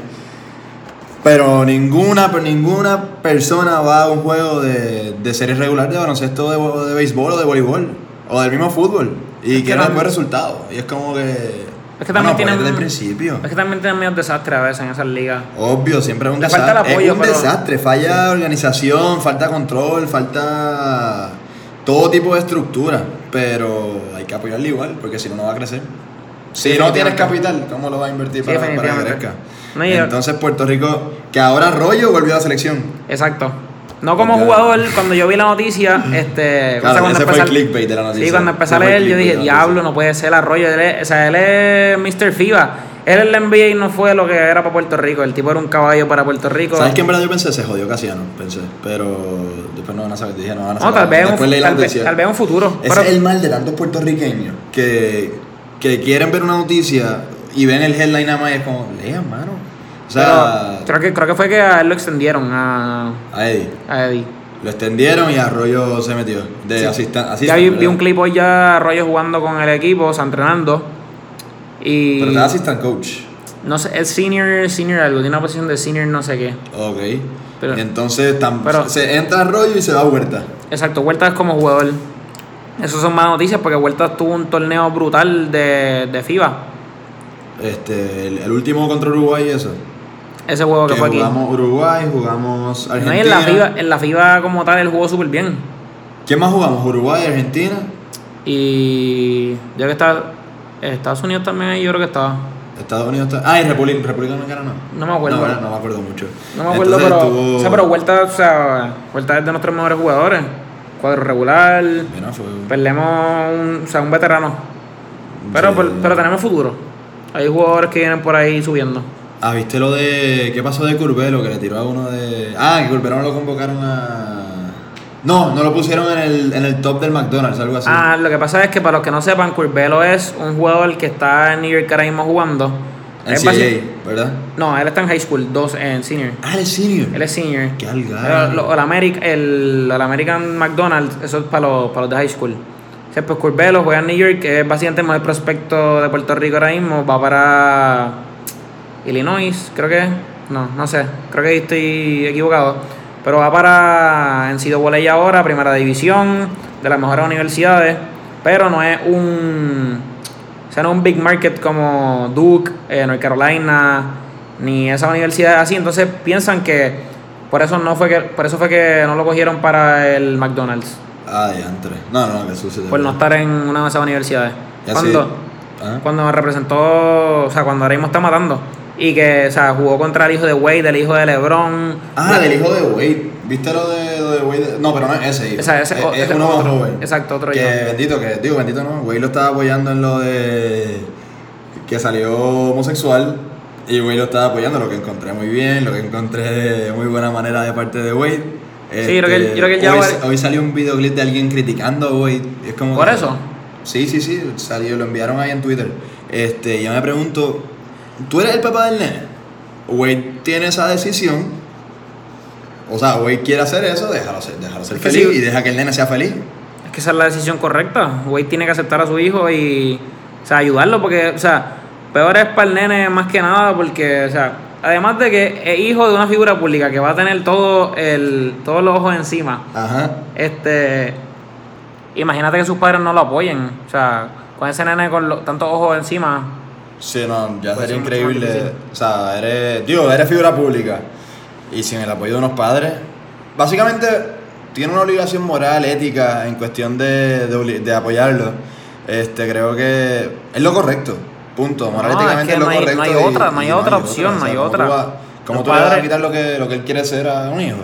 pero ninguna, pero ninguna persona va a un juego de, de serie regular de baloncesto, de, bo- de béisbol o de voleibol, o del mismo fútbol, y
que
quieren
tam-
después resultados. Y es como que...
Es que también
mano,
tienen-
ponete de principio.
Es que también tienen medio desastre a veces en esas ligas.
Obvio, siempre es un
Le
desastre.
falta el apoyo,
es un
pero-
desastre, falla organización, falta control, falta todo tipo de estructura, pero hay que apoyarle igual, porque si no, no va a crecer. Si no tienes capital, ¿cómo lo vas a invertir
Sí,
para, para que
definitivamente.
crezca?
No, y-
Entonces Puerto Rico, que ahora Rollo volvió a la selección.
Exacto. No como
Porque-
jugador, cuando yo vi
[laughs]
la noticia, este. o sea,
Claro,
cuando
ese
empecé
fue
a-
el clickbait de la noticia.
Sí, cuando empecé a
Ese fue el
leer, yo dije,
clickbait de la
diablo, no puede ser arroyo. Él es- o sea, él es Mr. FIBA. Él es el NBA y no fue lo que era para Puerto Rico. El tipo era un caballo para Puerto Rico.
¿Sabes qué en verdad yo pensé? Se jodió Casiano, pensé. Pero después no van a saber, dije, no van a
No,
saber.
tal vez, un,
Después leí la
tal, vez-
noticia.
tal vez un futuro.
Ese
pero-
es el mal de tantos puertorriqueños que, que quieren ver una noticia y ven el headline nada más y es como, lean, mano. O sea,
pero creo, que, creo que fue que a él lo extendieron a,
a Eddie.
a Eddie.
Lo extendieron y Arroyo se metió de
Sí.
asistan- asistente.
ya vi, vi
¿verdad?
un clip hoy ya Arroyo jugando con el equipo, o sea, entrenando. Y
Pero era assistant coach.
no sé, es senior, senior algo, tiene una posición de senior no sé qué.
Ok.
Pero-
Entonces tam-
pero-
se entra Arroyo y se va a Huerta.
Exacto, Huerta es como jugador. Esas son más noticias porque Huerta tuvo un torneo brutal de, de FIBA.
Este, el, el último contra Uruguay y eso.
Ese juego que,
Que
fue aquí.
jugamos Uruguay, jugamos
No, y
Argentina.
en la, FIBA, en la FIBA como tal él jugó súper bien.
¿Quién más jugamos? Uruguay, Argentina.
Y yo que estaba... Estados Unidos también ahí yo creo que estaba.
Estados Unidos. está- Ah, y República, República Dominicana no.
No me acuerdo.
No, ¿verdad? no me acuerdo mucho.
No me acuerdo,
Entonces
pero.
estuvo-
O sea, pero Huerta, o sea, Huerta es de nuestros mejores jugadores. Cuadro regular.
Bueno, fue-
Perdemos un, o sea, un veterano. Pero,
sí.
por- pero tenemos futuro. Hay jugadores que vienen por ahí subiendo.
Ah, ¿viste lo de. ¿Qué pasó de Curbelo? Que le tiró a uno de. Ah, que Curbelo no lo convocaron a. No, no lo pusieron en el, en el top del McDonald's, algo así.
Ah, lo que pasa es que para los que no sepan, Curbelo es un jugador que está en New York ahora mismo jugando.
en
Es basi-
CAA, ¿verdad?
No, él está en high school, dos en senior.
Ah, el senior.
Él es senior.
Qué
El,
algado.
el, Ameri- el- el American McDonald's, eso es para los, para los de high school. O sea, pues Curbelo juega en New York, que es básicamente el mejor prospecto de Puerto Rico ahora mismo. Va para Illinois, creo que. es. No, no sé. Creo que estoy equivocado. Pero va para NCAA ahora, primera división, de las mejores universidades. Pero no es un. O sea, no es un big market como Duke, eh, North Carolina, ni esas universidades así. Entonces piensan que. Por eso no fue que, por eso fue que no lo cogieron para el McDonald's.
Ah, diantre. No, no, que sucede.
Por Pues no estar en una de esas universidades.
Ya
Cuando,
sí. Ah.
cuando me representó, o sea, cuando ahora mismo está matando. Y que, o sea, jugó contra el hijo de Wade, el hijo de Lebron.
Ah, del hijo de Wade. ¿Viste lo de, lo de Wade? No, pero no es ese hijo.
O sea, ese-
es,
o-
es
ese
uno más
otro.
joven.
Exacto, otro
que,
hijo.
Bendito, que digo, bendito no. Wade lo estaba apoyando en lo de. que salió homosexual. Y Wade lo estaba apoyando, lo que encontré muy bien, lo que encontré de muy buena manera de parte de Wade. Este,
creo que él- creo que él ya
hoy,
va-
sa- hoy salió un videoclip de alguien criticando a Wade. Es como
¿Por
que-
eso?
Sí, sí, sí, salió, lo enviaron ahí en Twitter. Este, yo me pregunto, ¿tú eres el papá del nene? Wade tiene esa decisión. O sea, Wade quiere hacer eso, déjalo ser, déjalo ser
Es que
feliz
sí.
y deja que el nene sea feliz.
Es que esa es la decisión correcta. Wade tiene que aceptar a su hijo y, o sea, ayudarlo porque, o sea, peor es para el nene más que nada porque, o sea, además de que es hijo de una figura pública que va a tener todo el, todos los ojos encima.
Ajá.
Este, imagínate que sus padres no lo apoyen. O sea, con ese nene con lo- tantos ojos encima.
Sí, no, ya sería
Pues sí, mucho más
increíble.
difícil.
O sea, eres, digo, eres figura pública. Y sin el apoyo de unos padres. Básicamente, tiene una obligación moral, ética, en cuestión de, de, obli- de apoyarlo. Este, creo que es lo correcto. Punto.
es
Moralíticamente
que
es, lo
no hay-
correcto.
no hay
y-
otra, no hay
y
otra opción, no hay
¿cómo
otra.
tú vas- ¿Cómo
Los
tú le vas a
padres-
quitar lo que, lo que él quiere ser a un hijo?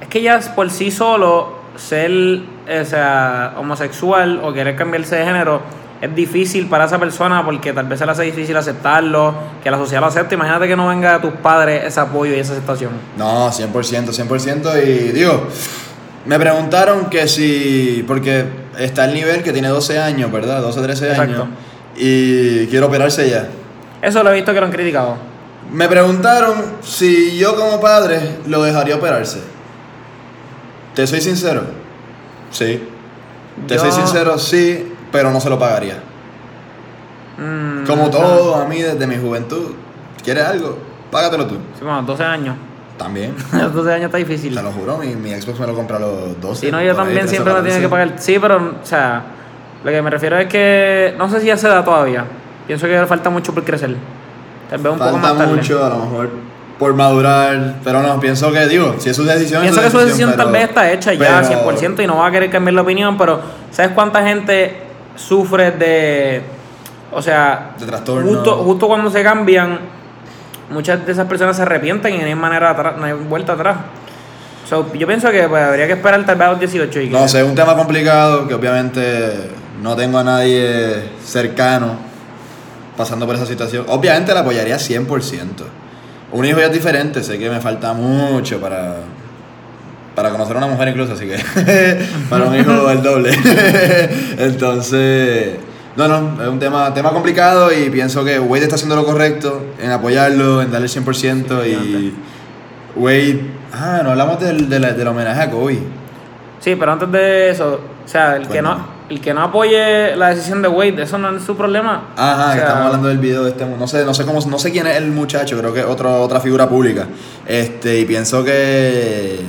Es que ya por sí solo ser eh, o sea, homosexual o querer cambiarse de género es difícil para esa persona porque tal vez se le hace difícil aceptarlo, que la sociedad lo acepte. Imagínate que no venga de tus padres ese apoyo y esa aceptación.
No, 100%, 100%. Y digo, me preguntaron que si. Porque está el nivel que tiene 12 años, ¿verdad? 12, 13
Exacto.
años. Y quiero operarse ya.
Eso lo he visto que lo han criticado.
Me preguntaron si yo como padre lo dejaría operarse. Te soy sincero. Sí. Te
Yo-
soy sincero, sí, pero no se lo pagaría.
Mm,
Como
no.
todo a mí desde mi juventud, ¿quieres algo? Págatelo tú.
Sí, bueno, 12 años. [laughs]
También.
12 años está difícil.
Te lo juro, mi, mi Xbox me lo compra a los 12.
Si no, yo
por ahí,
también
13,
siempre la
14.
tiene que pagar. Sí, pero, o sea, lo que me refiero es que no sé si ya se da todavía. Pienso que le falta mucho por crecer. Tal vez un poco
Falta
más tarde.
mucho, a lo mejor por madurar, pero no, pienso que, digo, si es su decisión.
Pienso que su decisión
pero-
tal vez está hecha ya
pero-
100% y no va a querer cambiar la opinión, pero ¿sabes cuánta gente sufre de. O sea,
De trastorno.
Justo, justo cuando se cambian, muchas de esas personas se arrepienten y no hay manera atrás, no hay vuelta atrás. So, yo pienso que pues, habría que esperar tal vez a los 18 y que-
No sé, es un tema complicado que obviamente no tengo a nadie cercano pasando por esa situación. Obviamente la apoyaría 100%. Un hijo ya es diferente, sé que me falta mucho para, para conocer a una mujer incluso, así que [laughs] para un hijo el doble. [laughs] Entonces, no, no, es un tema, tema complicado y pienso que Wade está haciendo lo correcto en apoyarlo, en darle el 100% y Wade... Ah, no hablamos del, del- del homenaje a Kobe.
Sí, pero antes de eso, o sea, el que no,
Cuéntame.
el que no apoye la decisión de Wade, eso no es su problema.
Ajá,
O sea,
estamos hablando del video de este mu- no sé, no sé cómo, no sé quién es el muchacho, creo que es otro, otra figura pública. Este, y pienso que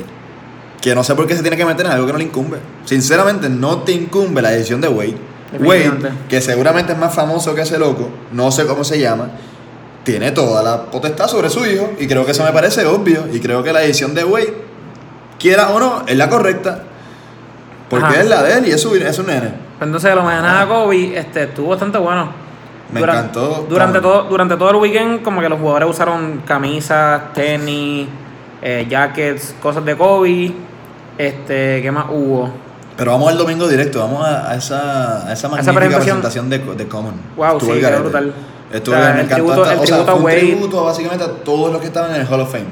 que no sé por qué se tiene que meter en algo que no le incumbe. Sinceramente, no te incumbe la decisión de Wade. Wade,
Definitivamente.
que seguramente es más famoso que ese loco, no sé cómo se llama, tiene toda la potestad sobre su hijo y creo que eso me parece obvio y creo que la decisión de Wade, quiera o no, es la correcta. Porque
Ajá.
es la de él y es su, es su nene.
Pero Entonces, el homenaje a Kobe este, estuvo bastante bueno.
Me
Duran-
encantó.
Durante
Claro.
todo, durante todo el weekend, como que los jugadores usaron camisas, tenis, eh, jackets, cosas de Kobe. Este, ¿Qué más hubo?
Pero vamos al domingo directo, vamos a, a esa, a esa magnífica
presentación.
presentación, de, de Common.
Wow, sí,
el
quedó
garete.
brutal.
Estuvo
O sea,
el, me
el
encantó
tributo-
hasta-
el
o sea,
tributo a
fue
Wade.
un tributo básicamente a todos los que estaban en el Hall of Fame,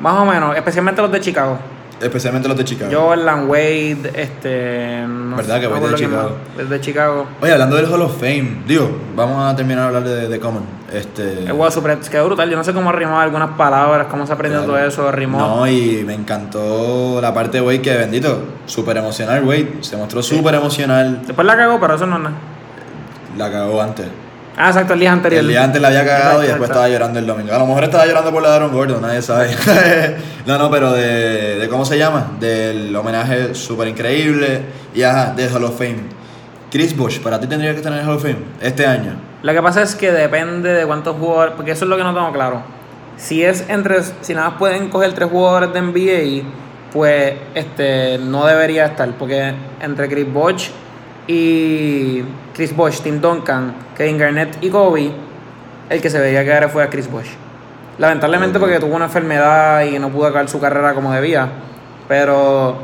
Más o menos, especialmente los de Chicago.
especialmente los de Chicago.
Jordan, Wade, este. No
¿Verdad que Wade
acuerdo
de
quién
Chicago?
más. Desde Chicago.
Oye, hablando del Hall of Fame, digo, vamos a terminar de hablar de, de Common. Este,
Eh, wow, super, quedó brutal. Yo no sé cómo rimaba algunas palabras, cómo se aprendió
Claro.
todo eso, rimó.
No, y me encantó la parte de Wade que, bendito, súper emocional, Wade. Se mostró súper emocional.
Después la cagó, pero eso no es nada.
La cagó antes.
Ah, exacto, el día anterior.
El día antes la había cagado y
Exacto,
después
exacto.
estaba llorando el domingo. A lo mejor estaba llorando por la de Aaron Gordon, nadie sabe. [laughs] no, no, pero de, de cómo se llama, del homenaje súper increíble y ajá, de Hall of Fame. Chris Bush, para ti tendría que estar en el Hall of Fame este año.
Lo que pasa es que depende de cuántos jugadores, porque eso es lo que no tengo claro. Si es entre, si nada más pueden coger tres jugadores de NBA, pues este no debería estar, porque entre Chris Bosh y Chris Bosh, Tim Duncan, Kevin Garnett y Kobe, el que se veía quedar fue a Chris Bosh. Lamentablemente porque tuvo una enfermedad y no pudo acabar su carrera como debía, pero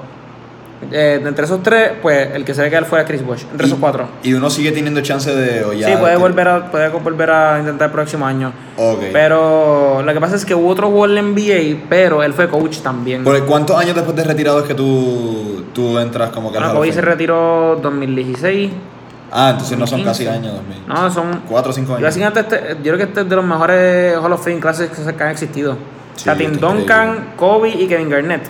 eh, de entre esos tres, pues el que se veía quedar fue a Chris Bosh, entre esos
Y-
cuatro.
Y uno sigue teniendo chance de. o ya
Sí, puede
te-
volver, a, puede volver a intentar el próximo año.
Ok.
Pero lo que pasa es que hubo otro jugador en NBA, pero él fue coach también.
¿Por ¿Cuántos años después de retirado es que tú, tú entras como que al Hall of
Bueno, Ah, Kobe se
Fame?
retiró 2016.
Ah, entonces no son casi
15.
años, 2000.
No, son.
Cuatro o cinco
Yo,
años.
básicamente este- yo creo que este es de los mejores Hall of Fame clases que han existido. O sea,
Sí,
Tim
está
Duncan,
increíble.
Kobe y Kevin Garnett.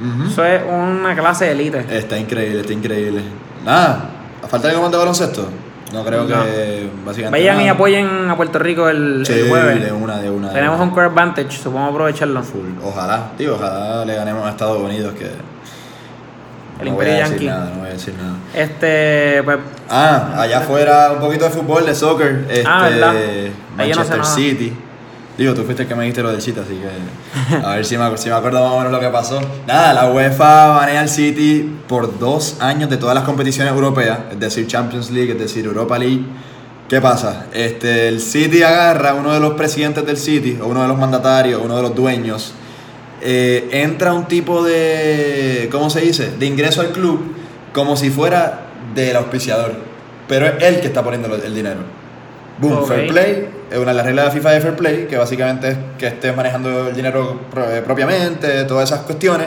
Ujú. Eh,
Eso es una clase de élite.
Está increíble, está increíble. Nada, a falta de comando de baloncesto. No creo
No.
que básicamente.
Vayan
nada.
y apoyen a Puerto Rico el,
Sí,
el jueves.
de una, de una. de
Tenemos
una.
un core advantage, supongo aprovecharlo.
Full. Ojalá, tío, ojalá le ganemos a Estados Unidos que.
El
no
Imperio
voy a decir
Yankee.
nada, no voy a decir nada.
Este, pues
Ah, allá afuera un poquito de fútbol, de soccer. Este,
Ah, ¿verdad? Ahí yo no sé
Manchester
nada.
City. Digo, tú fuiste el que me dijiste lo del City, así que a ver si me, ac- si me acuerdo más o menos lo que pasó. Nada, la UEFA banea al City por dos años de todas las competiciones europeas, es decir, Champions League, es decir, Europa League. ¿Qué pasa? Este, el City agarra a uno de los presidentes del City, o uno de los mandatarios, uno de los dueños, eh, entra un tipo de, ¿cómo se dice? De ingreso al club como si fuera del auspiciador. Pero es él que está poniendo lo- el dinero. Boom,
Ok.
fair play. Es una de las reglas de FIFA de fair play, que básicamente es que estés manejando el dinero pro- eh, propiamente, todas esas cuestiones.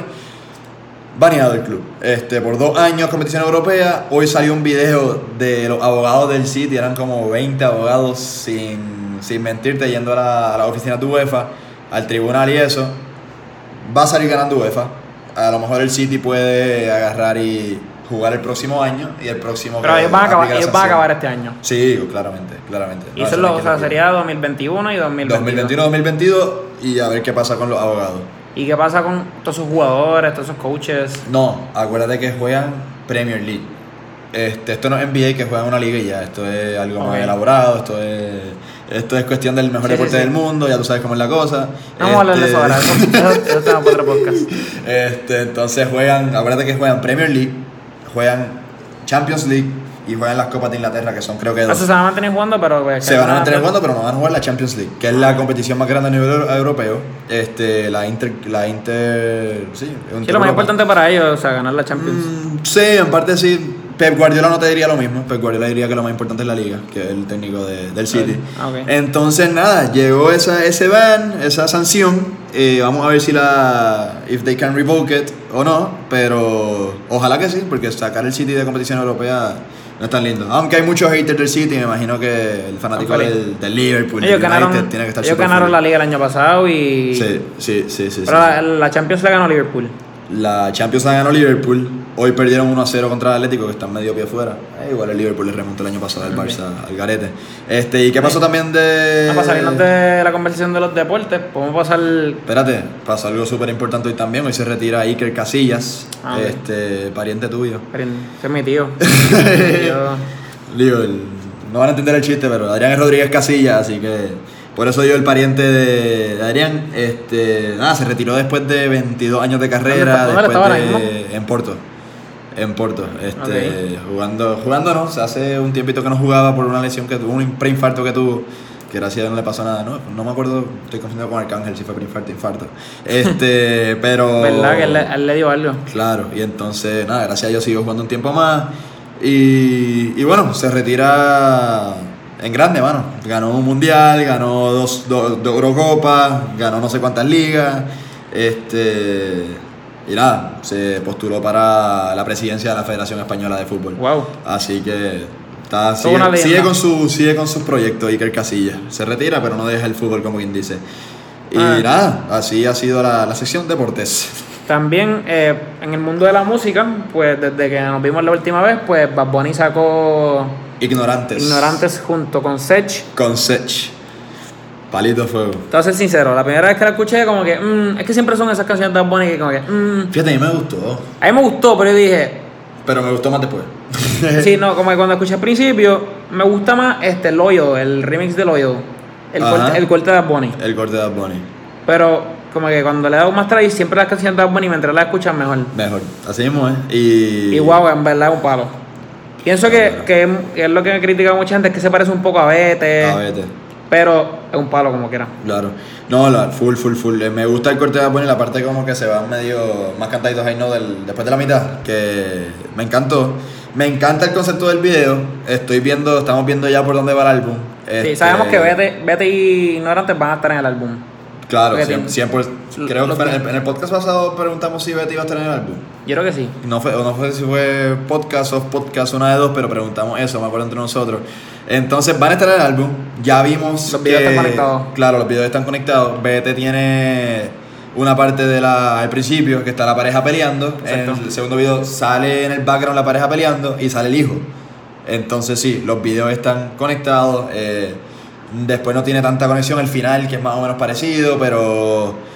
Baneado del club. Este, por dos años competición europea. Hoy salió un video de los abogados del City. Eran como 20 abogados sin, sin mentirte yendo a la, a la oficina de UEFA, al tribunal y eso va a salir ganando UEFA. A lo mejor el City puede agarrar y jugar el próximo año y el próximo.
Pero
que
ellos van a acabar,
aplique la
ellos van a
sanción.
acabar este año.
Sí, claramente, claramente.
Y
No,
eso
no
es lo,
hay
o
que
sea,
discutir.
sería 2021 y 2022.
2021-2022 y a ver qué pasa con los abogados.
¿Y qué pasa con todos esos jugadores, todos esos coaches?
No, acuérdate que juegan Premier League. Este, esto no es NBA que juegan una liga y ya, esto es algo
Ok.
más elaborado, esto es, esto es cuestión del mejor
Sí, sí,
deporte
sí.
del mundo, ya tú sabes cómo es la cosa.
No vamos a hablar de
Este-
eso ahora. Eso,
[laughs]
eso- eso está para otro podcast.
Este, entonces juegan, acuérdate que juegan Premier League, juegan Champions League, y juegan las Copas de Inglaterra, que son creo que dos.
Eso se van a mantener jugando, pero. pues,
Se
que
van a
no-
mantener jugando, pero no van a jugar la Champions League, que es la competición más grande a nivel euro- europeo. Este, la Inter, la Inter, sí.
Sí, lo
Intereuropa.
más importante para ellos, o sea, ganar la Champions.
Mm, Sí, en parte sí. Pep Guardiola no te diría lo mismo. Pep Guardiola diría que lo más importante es la liga, que es el técnico de- del City.
Ah, ok.
Entonces, nada, llegó esa, ese ban, esa sanción. eh, vamos a ver si la. If they can revoke it o no. Pero ojalá que sí, porque sacar el City de competición europea no es tan lindo. Aunque hay muchos haters del City, me imagino que el fanático
Están
del, del Liverpool, del
ellos
United,
ganaron,
tiene que estar
ellos
súper
ganaron la
feliz.
liga el año pasado y.
Sí, sí, sí, sí.
pero
sí.
La, la Champions la ganó Liverpool.
La Champions la ganó Liverpool. Hoy perdieron 1 0 contra el Atlético, que está medio pie afuera. Eh, igual el Liverpool le remontó el año pasado al Barça, al Garete. Este, ¿Y qué pasó también de.?
Ah, para salirnos de la conversación de los deportes, podemos pasar.
Espérate, pasó algo súper importante hoy también. Hoy se retira Iker Casillas,
Ah, ok.
este, pariente tuyo.
Esperen, Ese es mi
[laughs]
tío. Mi tío.
Oh. Digo, el- no van a entender el chiste, pero Adrián es Rodríguez Casillas, así que por eso yo el pariente de, de Adrián, este, nada, se retiró después de 22 años de carrera,
¿Dónde está- dónde
después
estaba ahora
de, en Porto. En Porto, este, jugando, jugando no, o sea, hace un tiempito que no jugaba por una lesión que tuvo, un preinfarto que tuvo, que gracias a Dios no le pasó nada, no, no me acuerdo, estoy confundido con Arcángel si fue preinfarto o infarto. Este, [laughs] pero
¿Verdad? Que él, le- él le dio algo.
Claro, y entonces, nada, gracias a Dios siguió jugando un tiempo más. Y, y bueno, se retira en grande, mano. Ganó un mundial, ganó dos, dos, dos Eurocopas, ganó no sé cuántas ligas. Este, y nada, se postuló para la presidencia de la Federación Española de Fútbol.
Wow.
Así que está,
Toda una
sigue,
leyenda.
sigue con su, sigue con sus proyectos Iker Casillas. Se retira, pero no deja el fútbol, como quien dice. Y
Ah.
nada, así ha sido la, la sección deportes.
También eh, en el mundo de la música, pues desde que nos vimos la última vez, pues Bad Bunny sacó
Ignorantes.
Ignorantes junto con Sech.
Con Sech. Palito fuego.
Te voy a ser sincero, la primera vez que la escuché, como que, mm, es que siempre son esas canciones de Bad Bunny que, como que, mm.
Fíjate, a mí me gustó.
a mí me gustó, pero yo dije,
Pero me gustó más después.
sí, no, como que cuando escuché al principio, me gusta más este Loyo, el remix de Loyo, el,
Ajá.
corte, el corte de Bad Bunny.
El corte de Bad Bunny.
Pero como que cuando le he dado más traje, siempre las canciones de Bad Bunny, mientras las escuchas, mejor.
Mejor. Así mismo, ¿eh? Y.
Y wow, en verdad es un palo. Pienso que, que es- que es lo que me critica mucha gente, es que se parece un poco a Bete,
A Ah, vete.
pero es un palo como quiera.
Claro. No, la, full, full, full. Eh, Me gusta el corte de Bad Bunny, la parte como que se van medio más cantaditos ahí, ¿no? Del, después de la mitad, que me encantó. Me encanta el concepto del video. Estoy viendo, estamos viendo ya por dónde va el álbum.
Sí,
Este,
sabemos que Bete, Bete y Ignorantes van a estar en el álbum.
Claro,
Porque
siempre,
tiene-
creo
los
que en el,
tiene.
en el podcast pasado preguntamos si Betty iba a estar en el álbum.
Yo creo que sí.
No fue, o no fue si fue podcast o podcast, una de dos, pero preguntamos eso, me acuerdo entre nosotros. Entonces van a estar en el álbum. Ya vimos.
Los videos
que-
están conectados.
Claro, los videos están conectados. BT tiene una parte de la, al principio, que está la pareja peleando.
Exacto.
En el segundo video sale en el background la pareja peleando y sale el hijo. Entonces sí, los videos están conectados. eh, después no tiene tanta conexión el final, que es más o menos parecido, pero...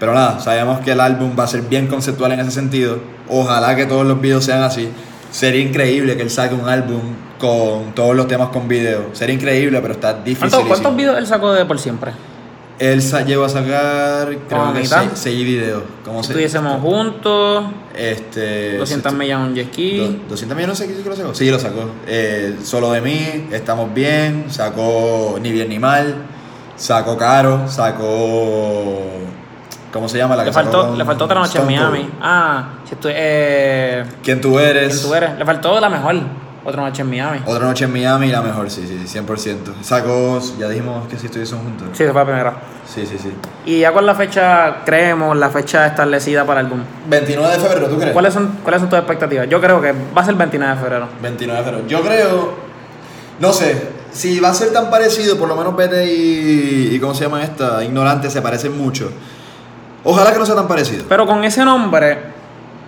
Pero nada, sabemos que el álbum va a ser bien conceptual en ese sentido. Ojalá que todos los videos sean así. Sería increíble que él saque un álbum con todos los temas con video. Sería increíble, pero está difícil.
¿Cuántos, cuántos videos él sacó de por siempre?
Él sa- llegó a sacar, creo
Como
que
Ah, mitad.
seis, seis videos. Como
Si
se-
estuviésemos juntos,
Este,
200
se-
millas en un jet ski.
do- 200 millones, no sé qué lo sacó. Sí, lo sacó. Eh, Solo de mí, Estamos Bien, sacó Ni Bien Ni Mal, sacó Caro, sacó... ¿Cómo se llama la
Le
que sacó
faltó,
con
le faltó otra noche en
Stone Cold?
Miami. Ah, si estu- eh,
¿Quién tú eres?
¿quién tú eres? Le faltó la mejor. Otra noche en Miami.
Otra noche en Miami, la mejor, sí, sí, sí, 100%. Sacó, ya dijimos que si estuviesen juntos.
Sí, se fue la primera.
Sí, sí, sí.
Y ya con la fecha, creemos, la fecha establecida para el álbum.
29 de febrero, ¿tú crees?
¿Cuáles son, ¿Cuáles son tus expectativas? Yo creo que va a ser el 29 de febrero.
29 de febrero. Yo creo, no sé, si va a ser tan parecido, por lo menos Vete y, y ¿cómo se llama esta? Ignorante, se parecen mucho. Ojalá que no sea tan parecido.
Pero con ese nombre,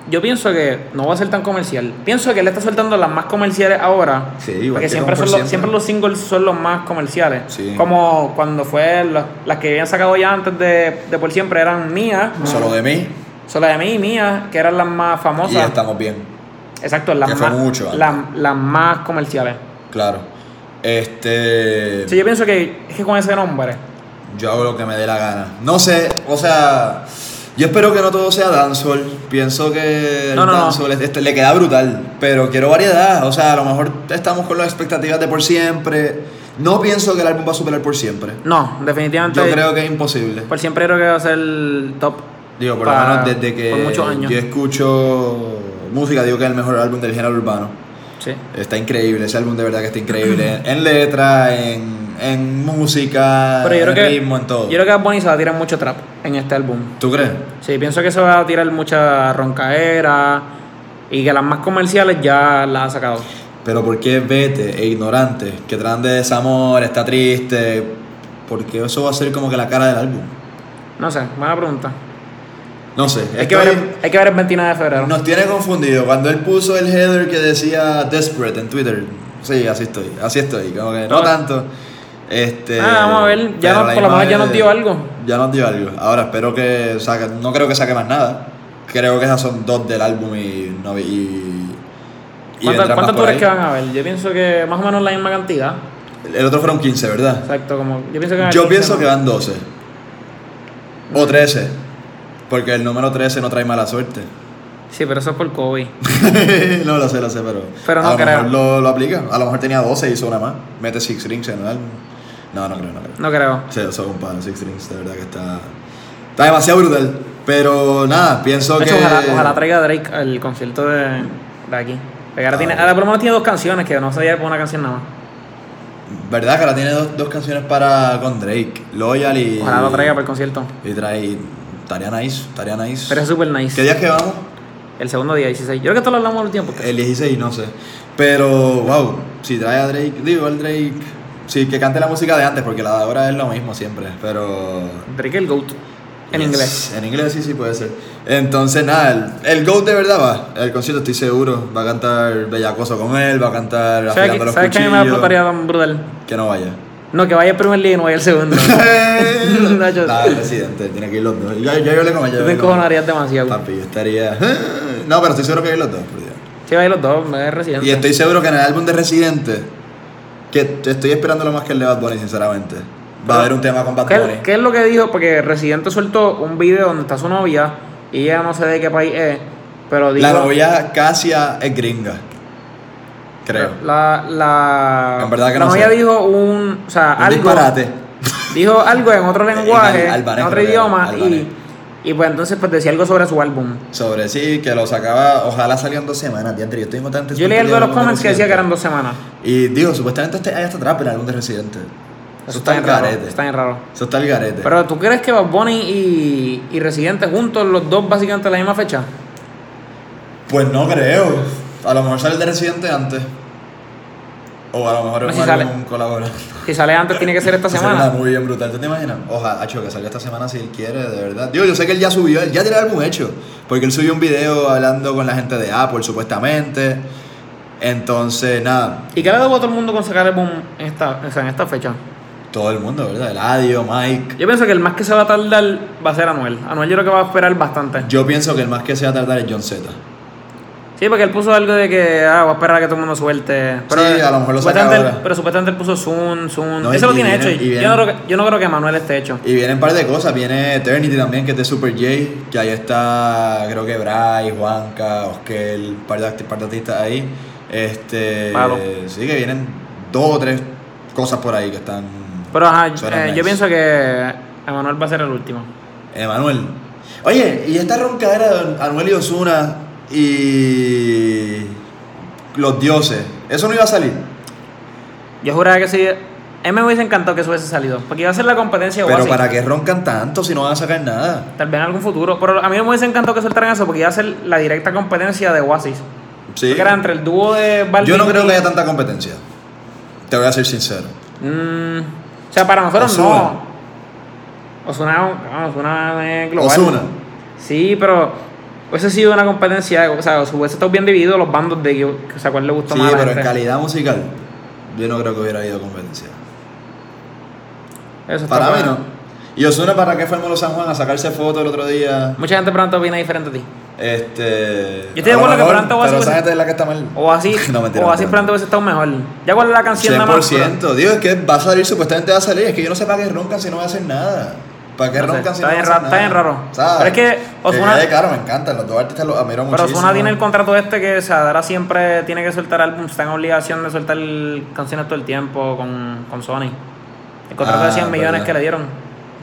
yo pienso que no va a ser tan comercial. Pienso que él está soltando las más comerciales ahora.
Sí, igual
Porque
que con
siempre, son
por
los,
siempre.
siempre los singles son los más comerciales.
Sí.
Como cuando fue la- las que habían sacado ya antes de, de por siempre eran Mía,
Solo de mí
Sola de mí y Mía, que eran las más
y
famosas.
estamos bien,
Exacto, las
Que fue
más,
mucho antes.
las, las más comerciales.
claro. Este...
Sí, yo pienso que, es que con ese nombre.
Yo hago lo que me dé la gana. No sé, o sea, Yo espero que no todo sea dancehall. Pienso que el
No, no, no.
dancehall es- este, le queda brutal. Pero quiero variedad. O sea, a lo mejor estamos con las expectativas de por siempre. No pienso que el álbum va a superar por siempre.
No, definitivamente.
Yo creo que es imposible.
Por siempre creo que va a ser el top.
Digo, por
para-
lo menos desde que
Por muchos años.
yo escucho música, digo que es el mejor álbum del género urbano.
Sí.
Está increíble, ese álbum de verdad que está increíble.
[clears throat]
en, en letra, en, en música,
Pero yo creo
en
que.
ritmo, en todo.
Yo creo que Bad Bunny se va a tirar mucho trap en este álbum.
¿Tú crees?
Sí, pienso que se va a tirar mucha roncaera. Y que las más comerciales ya las ha sacado.
Pero ¿por qué Vete e Ignorante, que tratan de desamor, está triste? Porque eso va a ser como que la cara del álbum.
No sé, buena pregunta.
No sé,
Hay que, ver,
estoy-
el- hay que ver el 29 de febrero.
Nos tiene confundido. Cuando él puso el header que decía desperate en Twitter. Sí, así estoy. Así estoy. Como que no
Ah.
tanto. Este,
Ah, vamos a ver, ya
pero
nos-
la
por lo
misma
menos ya
vez,
nos dio algo.
Ya nos dio algo. Ahora espero que saque. No creo que saque más nada. Creo que esas son dos del álbum y. No, y, y vendrán
¿Cuántas,
más
cuántas
por
tours
ahí.
que van a ver? Yo pienso que más o menos la misma cantidad.
El otro fueron 15, ¿verdad?
Exacto, como. Yo pienso que van a
Yo
15,
pienso
¿no?
que van 12. O 13. Porque el número 13 no trae mala suerte.
Sí, pero eso es por COVID.
[laughs] no lo sé, lo sé, pero.
Pero no
a lo
creo.
mejor lo, lo aplica. A lo mejor tenía 12 y hizo una más. Mete Six Rings en el álbum. No, no creo, no creo.
No creo.
Sí, eso es un palo, Six Rings, de verdad que está. Está demasiado brutal. Pero nada, pienso
De
que.
hecho, ojalá, ojalá traiga a Drake al concierto de, de aquí. Porque ahora,
Ah,
tiene,
bueno.
ahora por lo menos tiene dos canciones que no sabía con una canción nada más.
¿Verdad que ahora tiene dos, dos canciones para con Drake? Loyal y.
Ojalá lo traiga para el concierto.
Y trae. y Estaría nice, estaría nice.
Pero es súper
¿Qué
nice.
días que vamos?
El segundo día, 16. Yo creo que esto lo hablamos el tiempo.
El 16, no sé. Pero, wow, si trae a Drake, digo, el Drake. Sí, que cante la música de antes, porque la de ahora es lo mismo siempre. Pero.
Drake el GOAT. En
Yes,
inglés.
En inglés sí, sí puede ser. Entonces, nada, el, el GOAT de verdad va. El concierto estoy seguro. Va a cantar Bellacoso con él, va a cantar
¿Sabes
Afilando
qué-
los
sabes qué a mí
Cuchillos.
me explotaría tan brutal?
Que no
[laughs]
vaya.
No, que vaya el primer día y no vaya
[laughs]
el segundo. Nacho.
Nada, el presidente, tiene que ir los dos. Yo, yo hablé con ella.
Yo te encojonarías demasiado.
Papi, yo estaría. [laughs] No, pero estoy seguro que hay los dos. por Dios.
Sí, va a ir los dos, es residente.
Y estoy seguro que en el álbum de Residente, que te estoy esperando lo más que el de Bad Bunny, sinceramente. Va a haber un tema con Bad Bunny.
¿Qué, qué es lo que dijo? Porque Residente soltó un video donde está su novia y ella no sé de qué país es, pero dijo...
La novia Casia es gringa. Creo.
La, la,
En verdad que
la
no
novia
sé.
dijo un... O sea,
Un
algo...
disparate. Eh,
Dijo algo en otro lenguaje, en,
al- albanés,
otro
creo que
idioma
era, albanés.
y, y pues entonces pues decía algo sobre su álbum.
Sobre sí, que lo sacaba, ojalá salían dos semanas, diantre, yo estoy contento.
Yo leí algo de los comments que decía que eran dos semanas.
Y digo, supuestamente este, hay hasta trap en el álbum de Residente. Eso está en
bien raro,
garete.
Está bien raro.
Eso está el garete.
Pero ¿tú crees que Bad Bunny y, y Residente juntos, los dos básicamente a la misma fecha?
Pues no creo. A lo mejor sale el de Residente antes. O a lo mejor
No,
es
si
un
sale.
álbum colaborado.
Si sale antes tiene que ser esta
Sería una
semana.
muy bien brutal, ¿tú te imaginas? Ojalá, Acho, que salga esta semana si él quiere, de verdad. Digo, yo sé que él ya subió, él ya tiene el álbum hecho. Porque él subió un video hablando con la gente de Apple, supuestamente. Entonces, nada,
¿Y qué le debo a todo el mundo con sacar el boom en esta, o sea, en esta fecha?
todo el mundo, ¿verdad? Eladio, Mike.
Yo pienso que el más que se va a tardar va a ser Anuel. Anuel yo creo que va a esperar bastante.
Yo pienso que el más que se va a tardar es John Z.
Sí, porque él puso algo de que ah, voy a esperar a que todo el mundo suelte. Pero,
Sí, a lo mejor lo saca
supuestamente él-
ahora.
Pero supuestamente él puso Zoom, Zoom.
No,
Eso
y-
lo
y
tiene
viene-
hecho.
y
Yo
viene-
no, creo que, yo no creo que Manuel esté hecho.
Y vienen un par de cosas, viene Eternity también, que es de Super J, que ahí está, creo que Bryce, Juanca, Oskel, un par de, arti- par de artistas ahí. Este,
Palo.
sí que vienen dos o tres cosas por ahí que están...
Pero ajá,
Suena
eh,
nice.
yo pienso que Emanuel va a ser el último.
Emanuel. Oye, y esta roncadera de Anuel y Osuna y los dioses, eso no iba a salir.
Yo juraba que sí. A mí me hubiese encantado que eso hubiese salido. Porque iba a ser la competencia o
Pero
así.
¿para qué roncan tanto si no van a sacar nada?
Tal vez en algún futuro. Pero a mí me hubiese encantado que soltaran eso porque iba a ser la directa competencia de Oasis.
Sí.
Porque era entre el dúo de Balvin
Yo no creo
y-
que haya tanta competencia. Te voy a ser sincero.
Mm, o sea, para nosotros
Ozuna.
no. Osuna, Osuna es global.
Osuna.
Sí, pero hubiese sido una competencia. O sea, hubiese estado bien dividido los bandos de que, o sea, cuál le gustó
Sí,
más. a la
pero en
gente.
calidad musical, yo no creo que hubiera habido competencia.
Eso está
Para mí
bueno.
no. ¿Y Osuna para qué fue al Molo San Juan a sacarse fotos el otro día?
Mucha gente pronto opina diferente a ti.
Este.
Yo estoy de
a lo
acuerdo que
mejor,
Peralta va a
Pero
ser-
esa gente es la que está mal.
O así,
[laughs] No, mentira,
o así
mentira.
pronto hubiese estado mejor. Ya cuál es la canción nada más. pero-
100%. Digo, es que va a salir, supuestamente va a salir. Es que yo no sé para qué roncan si no va a hacer nada. ¿Para qué
No sé,
roncan si
está
no
bien
hacen
raro- está
nada?
bien raro.
¿Sabes?
Pero es que Ozuna-
quede claro, me encantan. Los dos artistas los admiro
Pero
muchísimo.
Ozuna tiene el contrato este que se dará siempre tiene que soltar álbumes, está en obligación de soltar canciones todo el tiempo con, con Sony. El contrato
Ah,
de 100 millones
verdad.
que le dieron.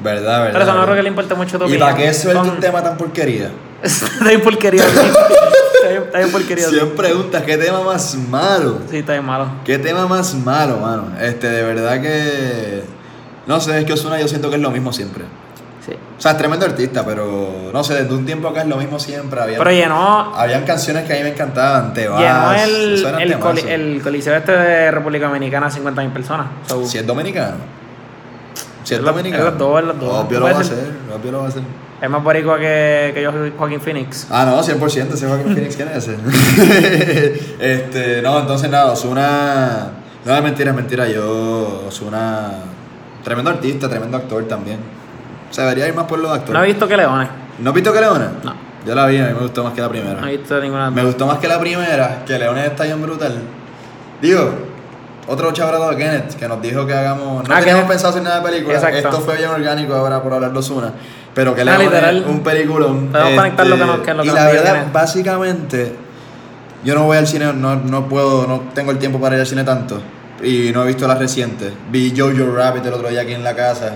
Verdad, verdad.
Pero eso no
verdad.
creo que le importe mucho tu
¿Y
opinión.
para qué suelta
Son-
un tema tan porquería?
[laughs] Está bien
[laughs]
porquería. sí. Está bien- Está bien porquería. sí.
Siempre preguntas, ¿qué tema más malo?
Sí, está bien malo.
¿Qué tema más malo, mano? Este, de verdad que. No sé, es que Osuna yo siento que es lo mismo siempre.
Sí.
O sea, es tremendo artista, pero no sé, desde un tiempo acá es lo mismo siempre. Había,
Pero llenó,
habían canciones que a mí me encantaban, Te vas.
llenó el,
eso eran
el, coli-
temazos.
el coliseo este de República Dominicana a 50.000 personas. So,
Si es dominicano. Si es
Es la-
dominicano.
es las dos, es las dos.
Obvio lo
Puede
va a
ser.
hacer, obvio lo va a hacer.
Es más boricua que, que yo soy Joaquín Phoenix.
Ah, no, 100%, ese Joaquin Phoenix, ¿quién es ese? [laughs] este, no, entonces nada, Osuna. No, es mentira, es mentira, yo. Osuna. Tremendo artista, tremendo actor también. Se debería ir más por los
No he
actores.
visto que Leones.
¿No has visto que Leona?
No.
Yo la vi, a mí me gustó más que la primera.
Ah, No he visto ninguna.
Me gustó más que la primera, que Leones está bien brutal. Digo, otro chabrado de Kenneth que nos dijo que hagamos. No
Ah,
teníamos
Kenneth.
pensado hacer nada de película.
Exacto.
Esto fue bien orgánico ahora por hablar dos una. Pero que
Ah,
Leones
literal.
un peliculón. Este,
Podemos conectar lo que nos- que lo que
Y
nos
la
diga
verdad,
Kenneth.
básicamente, yo no voy al cine, no, no puedo, no tengo el tiempo para ir al cine tanto. Y no he visto las recientes. Vi Jojo Rabbit el otro día aquí en la casa.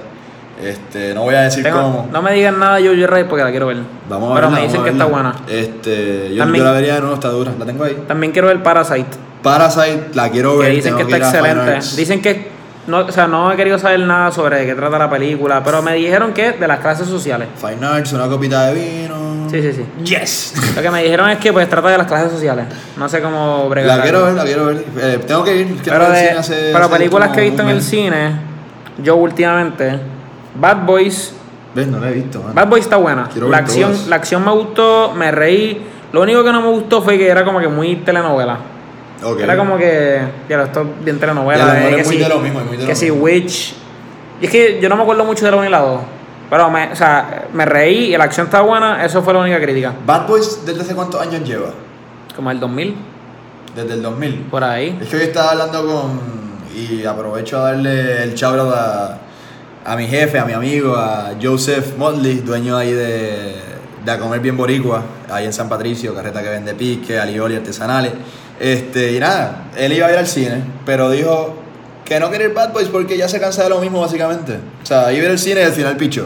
Este, no voy a decir
Tengo-
cómo.
no me digan nada de Jojo Ray porque la quiero ver.
Vamos a
Pero
verla,
me dicen
vamos
que
a
está
verla.
buena.
Este, yo,
También-
yo la vería de nuevo, está dura, la tengo ahí.
También quiero ver Parasite,
Parasite, la quiero
que
ver.
dicen
tengo
que está
ir a Fine
excelente.
Arts.
Dicen que no, o sea, no he querido saber nada sobre de qué trata la película, pero me dijeron que de las clases sociales.
Fine Arts, una copita de vino.
Sí, sí, sí.
Yes.
Lo que me dijeron es que pues trata de las clases sociales. No sé cómo bregar.
La quiero ver, la quiero ver. Eh, tengo que ir. que no
Pero,
voy al
de-
cine hace-
pero
hace
películas
como
que he visto
un
en el
mes.
cine, yo últimamente, Bad Boys,
Ves, no la he visto. mano.
Bad Boys está buena.
Quiero
La
ver
acción,
todas.
la acción me gustó, me reí. Lo único que no me gustó fue que era como que muy telenovela.
Ok.
Era como que, ya esto es bien telenovela.
Y a lo
eh,
mejor
que
es muy
si-
de lo mismo, es muy de lo
Que si
mismo.
Witch. Y es que yo no me acuerdo mucho de la 1 y la 2. Pero me, o sea, me reí y la acción estaba buena, eso fue la única crítica.
Bad Boys, ¿desde hace cuántos años lleva?
Como el 2000,
Desde el 2000.
por ahí.
Es que hoy estaba hablando con. Y aprovecho a darle el chabro a, a mi jefe, a mi amigo, a Joseph Motley, dueño ahí de, de A Comer Bien Boricua, ahí en San Patricio, carreta que vende pique, alioli artesanales. Este, y nada, él iba a ir al cine, pero dijo que no quería ir Bad Boys porque ya se cansa de lo mismo, básicamente. O sea, iba a ir al cine y al final picho.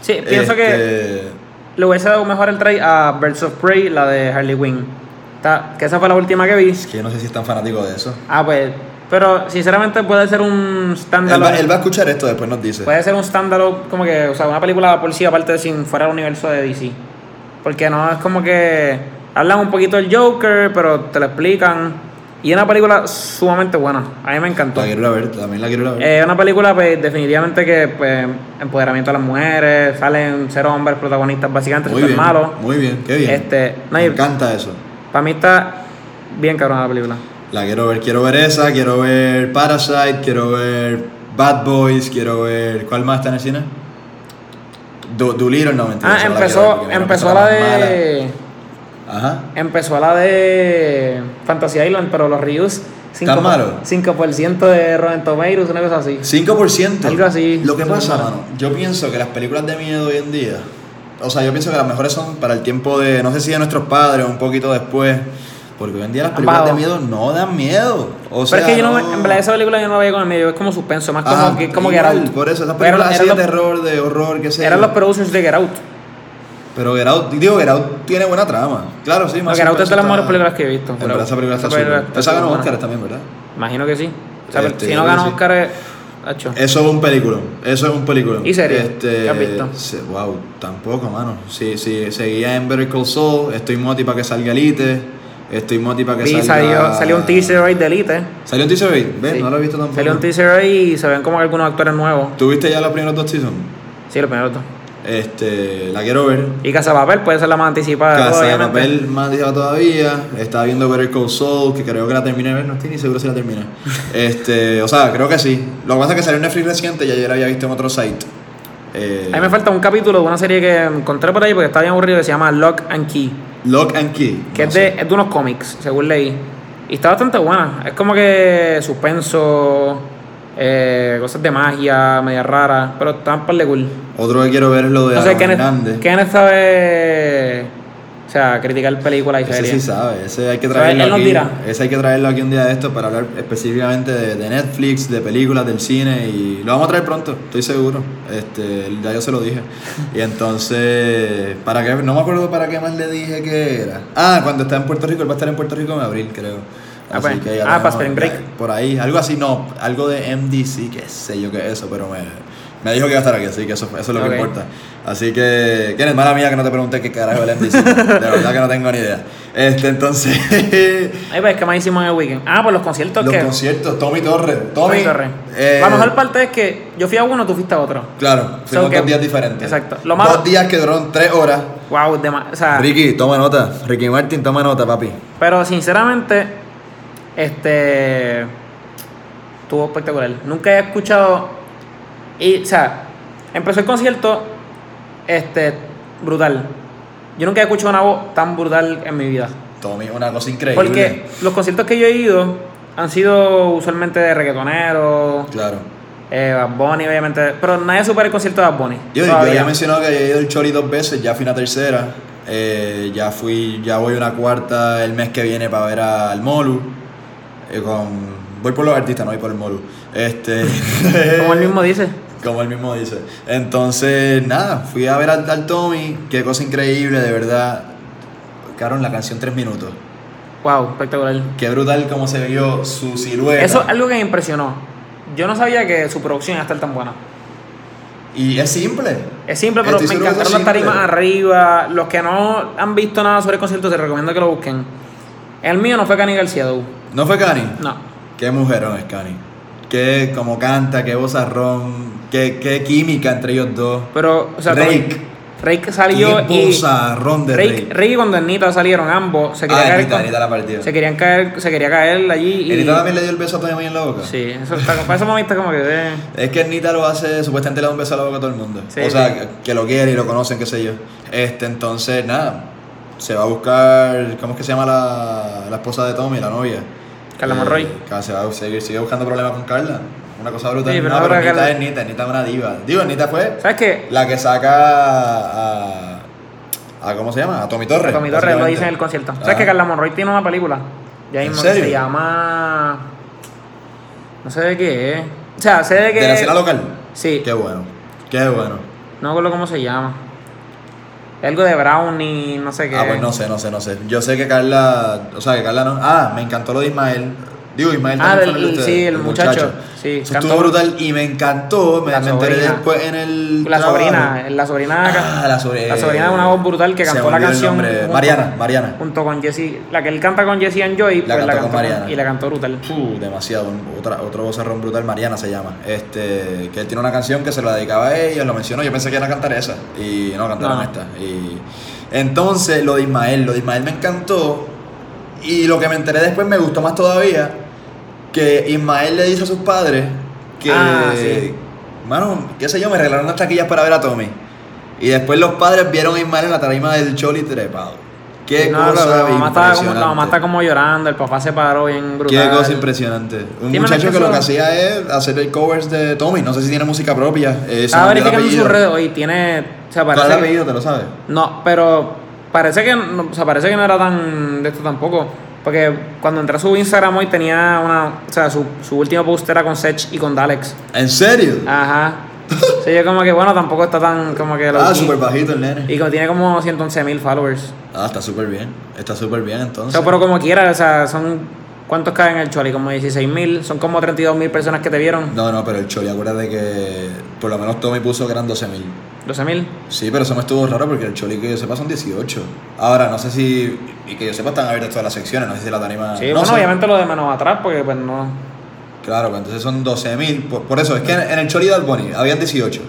Sí, Eh, pienso que
Este,
le hubiese dado mejor el try a Birds of Prey, la de Harley Quinn. Está- que esa fue la última que vi.
Es que yo no sé si es tan fanático de eso.
Ah, pues. Pero sinceramente puede ser un
Él va,
standalone.
él va a escuchar esto, después nos dice.
Puede ser un standalone, como que, o sea, una película por sí aparte de sin fuera del universo de DC. Porque no es como que hablan un poquito del Joker, pero te lo explican. Y es una película sumamente buena. A mí me encantó.
La quiero ir a ver, también la quiero ir a ver.
Es una película pues, definitivamente que pues, empoderamiento a las mujeres, salen cero hombres protagonistas básicamente,
muy
súper
bien,
malos.
muy bien, qué bien.
Este, no,
Me
y
encanta eso.
para mí está bien cabrón la película.
La quiero ver, quiero ver esa, quiero ver Parasite, quiero ver Bad Boys, quiero ver. ¿Cuál más está en el cine? Du Doolittle, no mentira.
Ah,
esa no la quiero ver
empezó,
porque me
empezó
parece
la
más
de...
mala. Ajá.
Empezó la de Fantasy Island, pero los reviews
¿Tan malo?
5% de Rotten Tomatoes, una cosa así.
5%.
Algo así.
Lo que pasa,
Ajá.
mano, yo pienso que las películas de miedo hoy en día, o sea, yo pienso que las mejores son para el tiempo de, no sé si de nuestros padres, un poquito después, porque hoy en ddía las películas
Vamos.
de miedo no dan miedo. O sea,
pero es que yo no, me- en verdad esa película yo no la veía con el medio, es como suspenso, más Ah, como
Ajá,
que como Get
igual,
Out.
Por eso, esas
Pero
películas así de
eran, los,
terror, de horror, qué sé yo.
eran los producers de Get Out.
Pero Get Out, digo, Get Out tiene buena trama. Claro, sí,
No,
más
Get Out es de
sorpresa
las mejores
está-
películas que he visto.
En
pero-
verdad, esa película está
esa película
súper. Esa ganó
buena.
Oscar también, ¿verdad?
Imagino que sí. O sea,
Este,
si no
yo creo
gana
que sí.
Oscar, eh, es- hacho.
Eso es un película. Eso es un película.
¿Y serie?
Este,
¿Qué has visto?
se- wow, tampoco, mano. Sí, sí, seguía en Better Call Saul. Estoy moti para que salga Elite. Estoy moti para que
Vi,
salga.
salió, salió un teaser hoy de Elite.
¿Salió un teaser hoy? ¿Ves?
Sí.
No lo he visto tampoco.
Salió un teaser hoy y se ven como algunos actores nuevos.
¿Tuviste ya los primeros dos seasons?
Sí, lo primero.
Este, la quiero ver.
Y Casa Papel puede ser la más anticipada. de
Casa
todas,
de
obviamente.
Papel más dijo todavía. Estaba viendo Better Call Saul, que creo que la terminé de ver. No estoy ni seguro si la terminé.
[laughs]
Este, o sea, creo que sí. Lo que pasa es que salió en Netflix reciente y ayer la había visto en otro site. Eh,
A mí me falta un capítulo de una serie que encontré por ahí porque está bien aburrido que se llama Lock and Key,
Lock and Key.
que
no
es,
sé.
de, es de unos cómics, según leí. Y está bastante buena. Es como que suspenso. eh, cosas de magia, media rara, pero están par de cool.
Otro que quiero ver es lo de
Entonces,
Aaron
Kenneth,
Hernández.
Kenneth sabe. O sea, criticar películas y
Ese sí
series.
sabe, ese hay que
O sea, él
traerlo
nos
aquí.
dirá.
Ese hay que traerlo aquí un día de esto para hablar específicamente de, de Netflix, de películas, del cine y lo vamos a traer pronto, estoy seguro. Este, ya yo se lo dije. Y entonces, para qué no me acuerdo para qué más le dije que era. Ah, cuando está en Puerto Rico, él va a estar en Puerto Rico en abril, creo.
Ah, pues.
a lo
Ah, para
mejor,
Spring Break.
ya, Por ahí, algo así, no, algo de MDC, qué sé yo qué es eso, pero me, me dijo que iba a estar aquí, así que eso, eso es lo
Ok.
que importa. Así que, ¿quién es mala mía que no te pregunté qué carajo es el
[laughs]
MDC? De verdad que no tengo ni idea. Este, entonces,
Ay, pues, ¿qué más hicimos en el weekend? Ah, pues los conciertos
los
que.
conciertos, Tommy Torres, Tommy,
Torres.
eh,
La mejor parte es que yo fui a uno, tú fuiste a otro.
Claro,
So
fuimos
que-
dos días diferentes.
exacto. Lo Ah. malo-
Dos días que duraron tres horas.
Wow, dema- o sea,
Ricky, toma nota. Ricky Martin, toma nota, papi.
pero sinceramente, este estuvo espectacular. Nunca he escuchado y, o sea, empezó el concierto este brutal. Yo nunca he escuchado una voz tan brutal en mi vida.
Tommy, una cosa increíble.
Porque los conciertos que yo he ido han sido usualmente de reggaetoneros,
Claro.
eh, Bad Bunny, obviamente. Pero nadie supera el concierto de Bad Bunny.
Yo, yo
todavía.
ya he mencionado que he ido al Chori dos veces, ya fui una tercera, eh, ya fui, ya voy una cuarta el mes que viene para ver a- al Molu. eh, con, voy por los artistas, no voy por el Molu. Este, [laughs]
Como él mismo dice.
como él mismo dice. Entonces, nada, fui a ver al, al Tommy, qué cosa increíble, de verdad. Tocaron la canción tres minutos.
Wow, espectacular.
Qué brutal como se vio su silueta.
Eso es algo que me impresionó. Yo no sabía que su producción iba a estar tan buena.
y es simple.
Es simple, pero
Estoy
me
seguro que eso
encantaron
es
las tarimas
simple.
arriba. Los que no han visto nada sobre el concierto, se recomiendo que lo busquen. El mío no fue Cani García Dou.
¿No fue Cani?
No.
Qué mujerón es Cani. Qué como canta, qué bozarrón, qué, qué química entre ellos dos.
Pero, o sea, como-
Rake.
Rake salió
qué
y.
bozarrón de
Rake,
Rey.
Rake y cuando Anita salieron ambos. Se quería
Ah,
caer.
Anita,
con-
Anita la partió.
se querían caer, se quería caer allí y.
Anita también le dio el beso a Tony May en la boca.
Sí, eso está. Para eso mami está como que. eh.
Es que Anita lo hace, supuestamente le da un beso a la boca a todo el mundo.
Sí,
o sea,
sí.
que- que lo quiere y lo conocen, qué sé yo. Este, entonces, nada. Se va a buscar, ¿cómo es que se llama la, la esposa de Tommy, la novia?
Carla
Eh,
Monroy.
que Se va a seguir, sigue buscando problemas con Carla. Una cosa brutal.
Sí, pero
no, pero
ahora
Anita
Carla-
es Anita, Anita es una diva. Digo, Anita fue
¿Sabes qué?
La que saca a, a- ¿Cómo se llama? A Tommy Torres.
Tommy Torres lo dice en
básicamente.
el
Ah.
concierto.
Ajá.
¿Sabes que Carla Monroy tiene una película? Ya
¿En
mismo que se
serio?
llama. No sé de qué es. O sea, sé de que.
¿De la escena local?
Sí,
Qué bueno. Qué bueno.
no recuerdo cómo se llama. Algo de Brownie, no sé qué.
Ah, pues no sé, no sé, no sé. Yo sé que Carla. O sea, que Carla no. Ah, me encantó lo de Ismael. Digo, Ismael
Ah,
también fue
del-
de ustedes,
sí, el muchacho. Sí,
Eso
cantó-
estuvo brutal y me encantó. Me,
La
me enteré
sobrina.
después en el.
La
trabajo.
sobrina, la sobrina.
Ah, la sobrina.
la sobrina de una voz brutal que
se me
cantó la
olvidó el
canción.
nombre.
junto-
Mariana, Mariana.
Junto con Jesse. La que él canta con Jesse and Joy,
La
pues
cantó
la
con
cantó.
Mariana.
con- Y la cantó brutal.
Uh, demasiado, un- otra, otro vocerrón brutal, Mariana se llama. Este, que él tiene una canción que se la dedicaba a ella, lo mencionó, yo pensé que era cantar esa. Y no, cantaron
No.
esta. Y, entonces, lo de Ismael, lo de Ismael me encantó. Y lo que me enteré después me gustó más todavía, que Ismael le dice a sus padres que,
Ah, sí.
mano, qué sé yo, me regalaron las taquillas para ver a Tommy. Y después los padres vieron a Ismael en la tarima del Choli trepado. Qué
No,
cosa
la, mamá estaba como, la mamá
impresionante.
está como llorando, el papá se paró bien brutal.
Qué cosa impresionante. Un
Sí, mano, es
muchacho
que
que lo
eso-
que hacía es hacer el covers de Tommy. No sé si tiene música propia. Eh, se
Estaba
me olvidó el
verificando
apellido.
sus redes hoy, tiene. O sea,
¿Cuál es
parece.
el
que-
apellido? ¿Te lo sabes?
no, pero parece que, no, o sea, parece que no era tan de esto tampoco. Porque cuando entré a su Instagram hoy tenía una. O sea, su, su último post era con Sech y con Dalex.
¿En serio?
Ajá. Sí, yo como que, bueno, tampoco está tan. Como que
Ah,
low-key.
súper bajito el nene.
Y como tiene como 111 mil followers.
Ah, está súper bien. Está súper bien
O
entonces.
sea, pero como quiera, o sea, son. ¿Cuántos caen en el Choli? Como 16 mil. Son como 32 mil personas que te vieron.
No, no, pero el Choli, acuérdate que por lo menos Tommy puso que eran 12 mil.
12 mil.
Sí, pero eso me estuvo raro porque el Choli que yo sepa son 18. Ahora, no sé si. Y que yo sepa están abiertas todas las secciones, no sé si la tarima.
Sí,
Ah, no
bueno,
sé.
obviamente lo de manos atrás, porque pues no.
Claro, pues entonces son 12 mil. Por, por eso, es que en, en el Choli de Alboni habían 18.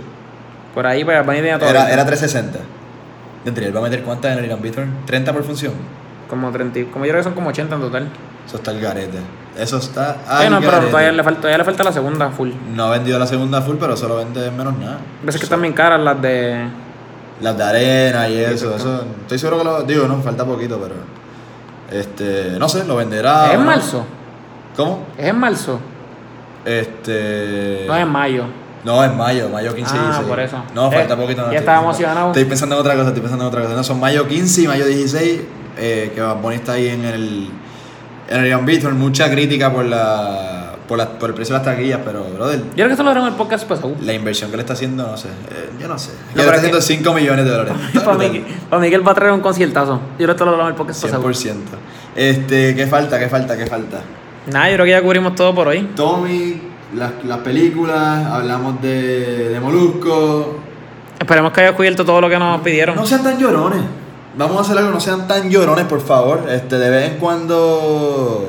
Por ahí, pues Bunny tenía todo.
Era, era 360. Dentro, él va a meter cuántas en el Irán Beater? 30 por función.
Como 30. y- Como yo creo que son como 80 en total.
Eso está el garete. Eso está. al
Bueno, pero
garete.
todavía le, falta, todavía le falta la segunda full.
No ha vendido la segunda full, pero solo vende menos nada.
A veces que están bien caras las de.
Las de arena y eso, eso. Estoy seguro que lo. Digo, no, falta poquito, pero. Este. No sé, lo venderá.
es en
o no.
marzo.
¿Cómo?
Es en marzo.
Este.
No es en mayo.
No, es mayo, mayo 15 y
Ah,
16.
por eso.
No, falta
Eh,
poquito. no estoy
ya estaba
pensando.
emocionado.
Estoy pensando en otra cosa, estoy pensando en otra cosa. No, son mayo 15 y mayo 16, eh, que Bad Bunny está ahí en el. En el Iron Beatle. Mucha crítica por la, por la- por el precio de las taquillas, pero, brother,
Yo creo que esto lo veremos en el podcast pues, pasado.
la inversión que le está haciendo, no sé. eh, yo no sé.
No,
Le
pero
está
es
haciendo 5 millones de dólares.
[laughs] Para Miguel, [laughs] pa' Miguel va a traer un conciertazo. Yo creo que esto lo veremos en el podcast pues, pasado.
100%. Este, ¿qué falta? ¿Qué falta? ¿Qué falta?
Nada, yo creo que ya cubrimos todo por hoy.
Tommy, las, las películas, hablamos de, de Molusco.
Esperemos que haya cubierto todo lo que nos pidieron.
No sean tan llorones. Vamos a hacer algo, no sean tan llorones, por favor. Este, de vez en cuando.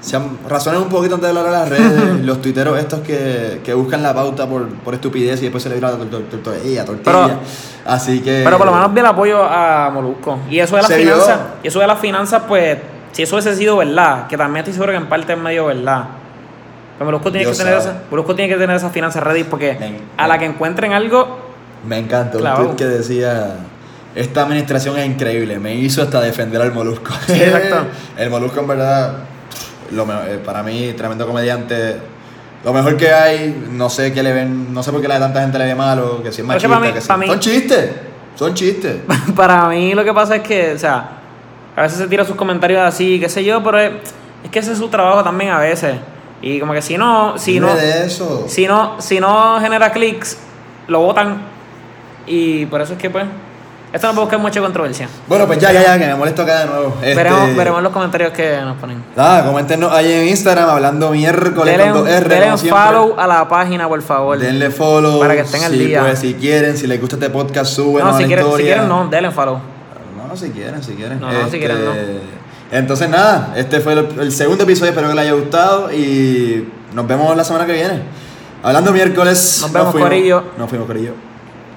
Sean, razonen un poquito antes de hablar a las
[laughs]
redes. los tuiteros estos que, que buscan la pauta por, por estupidez y después se le vira la tor- tor- tortilla, tortilla. Así que.
Pero por lo menos vi el apoyo a Molusco. Y eso de las
Se vio.
finanzas, y eso de las finanzas, pues, si eso hubiese sido verdad, que también estoy seguro que en parte es medio verdad. Pero Molusco tiene,
Dios
que tener,
sabe.
esa- Molusco tiene que tener esas finanzas ready porque
Men-
a la que encuentren algo,
Me encantó
Claro.
un tweet que decía. Esta administración es increíble, me hizo hasta defender al Molusco.
Sí, exacto.
[laughs] el Molusco, en verdad, lo me- eh, para mí, tremendo comediante. Lo mejor que hay, no sé qué le ven, no sé por qué la de tanta gente le ve malo, que si es
Pero es que
machista,
para mí-
que si-
para mí-
Son chistes, son
[laughs]
chistes.
para mí lo que pasa es que, o sea, a veces se tira sus comentarios así, qué sé yo, pero es, es que ese es su trabajo también a veces. Y como que si no, si
Dime
no,
de eso.
si no, si no genera clics, lo votan. Y por eso es que, pues, esto no puede buscar mucha controversia.
Bueno, pues ya, ya, ya, que me molesto acá de nuevo. Este,
Veremos, veremos los comentarios que nos ponen.
Nada, coméntenos ahí en Instagram, hablando miércoles
Denle
con
un,
dos R,
denle
como
un
siempre.
follow a la página, por favor.
Denle follow.
Para que estén al
si,
día.
pues, si quieren, si les gusta este podcast, suben
no,
a
si
la
quieren, si
historia.
quieren, no, denle un follow.
No, si quieren, si quieren. Este,
No, no, si quieren, no.
Entonces, nada, este fue el, el segundo episodio. Espero que les haya gustado y nos vemos la semana que viene. Hablando miércoles.
Nos vemos,
fuimos.
corillo.
Nos fuimos, Corillo.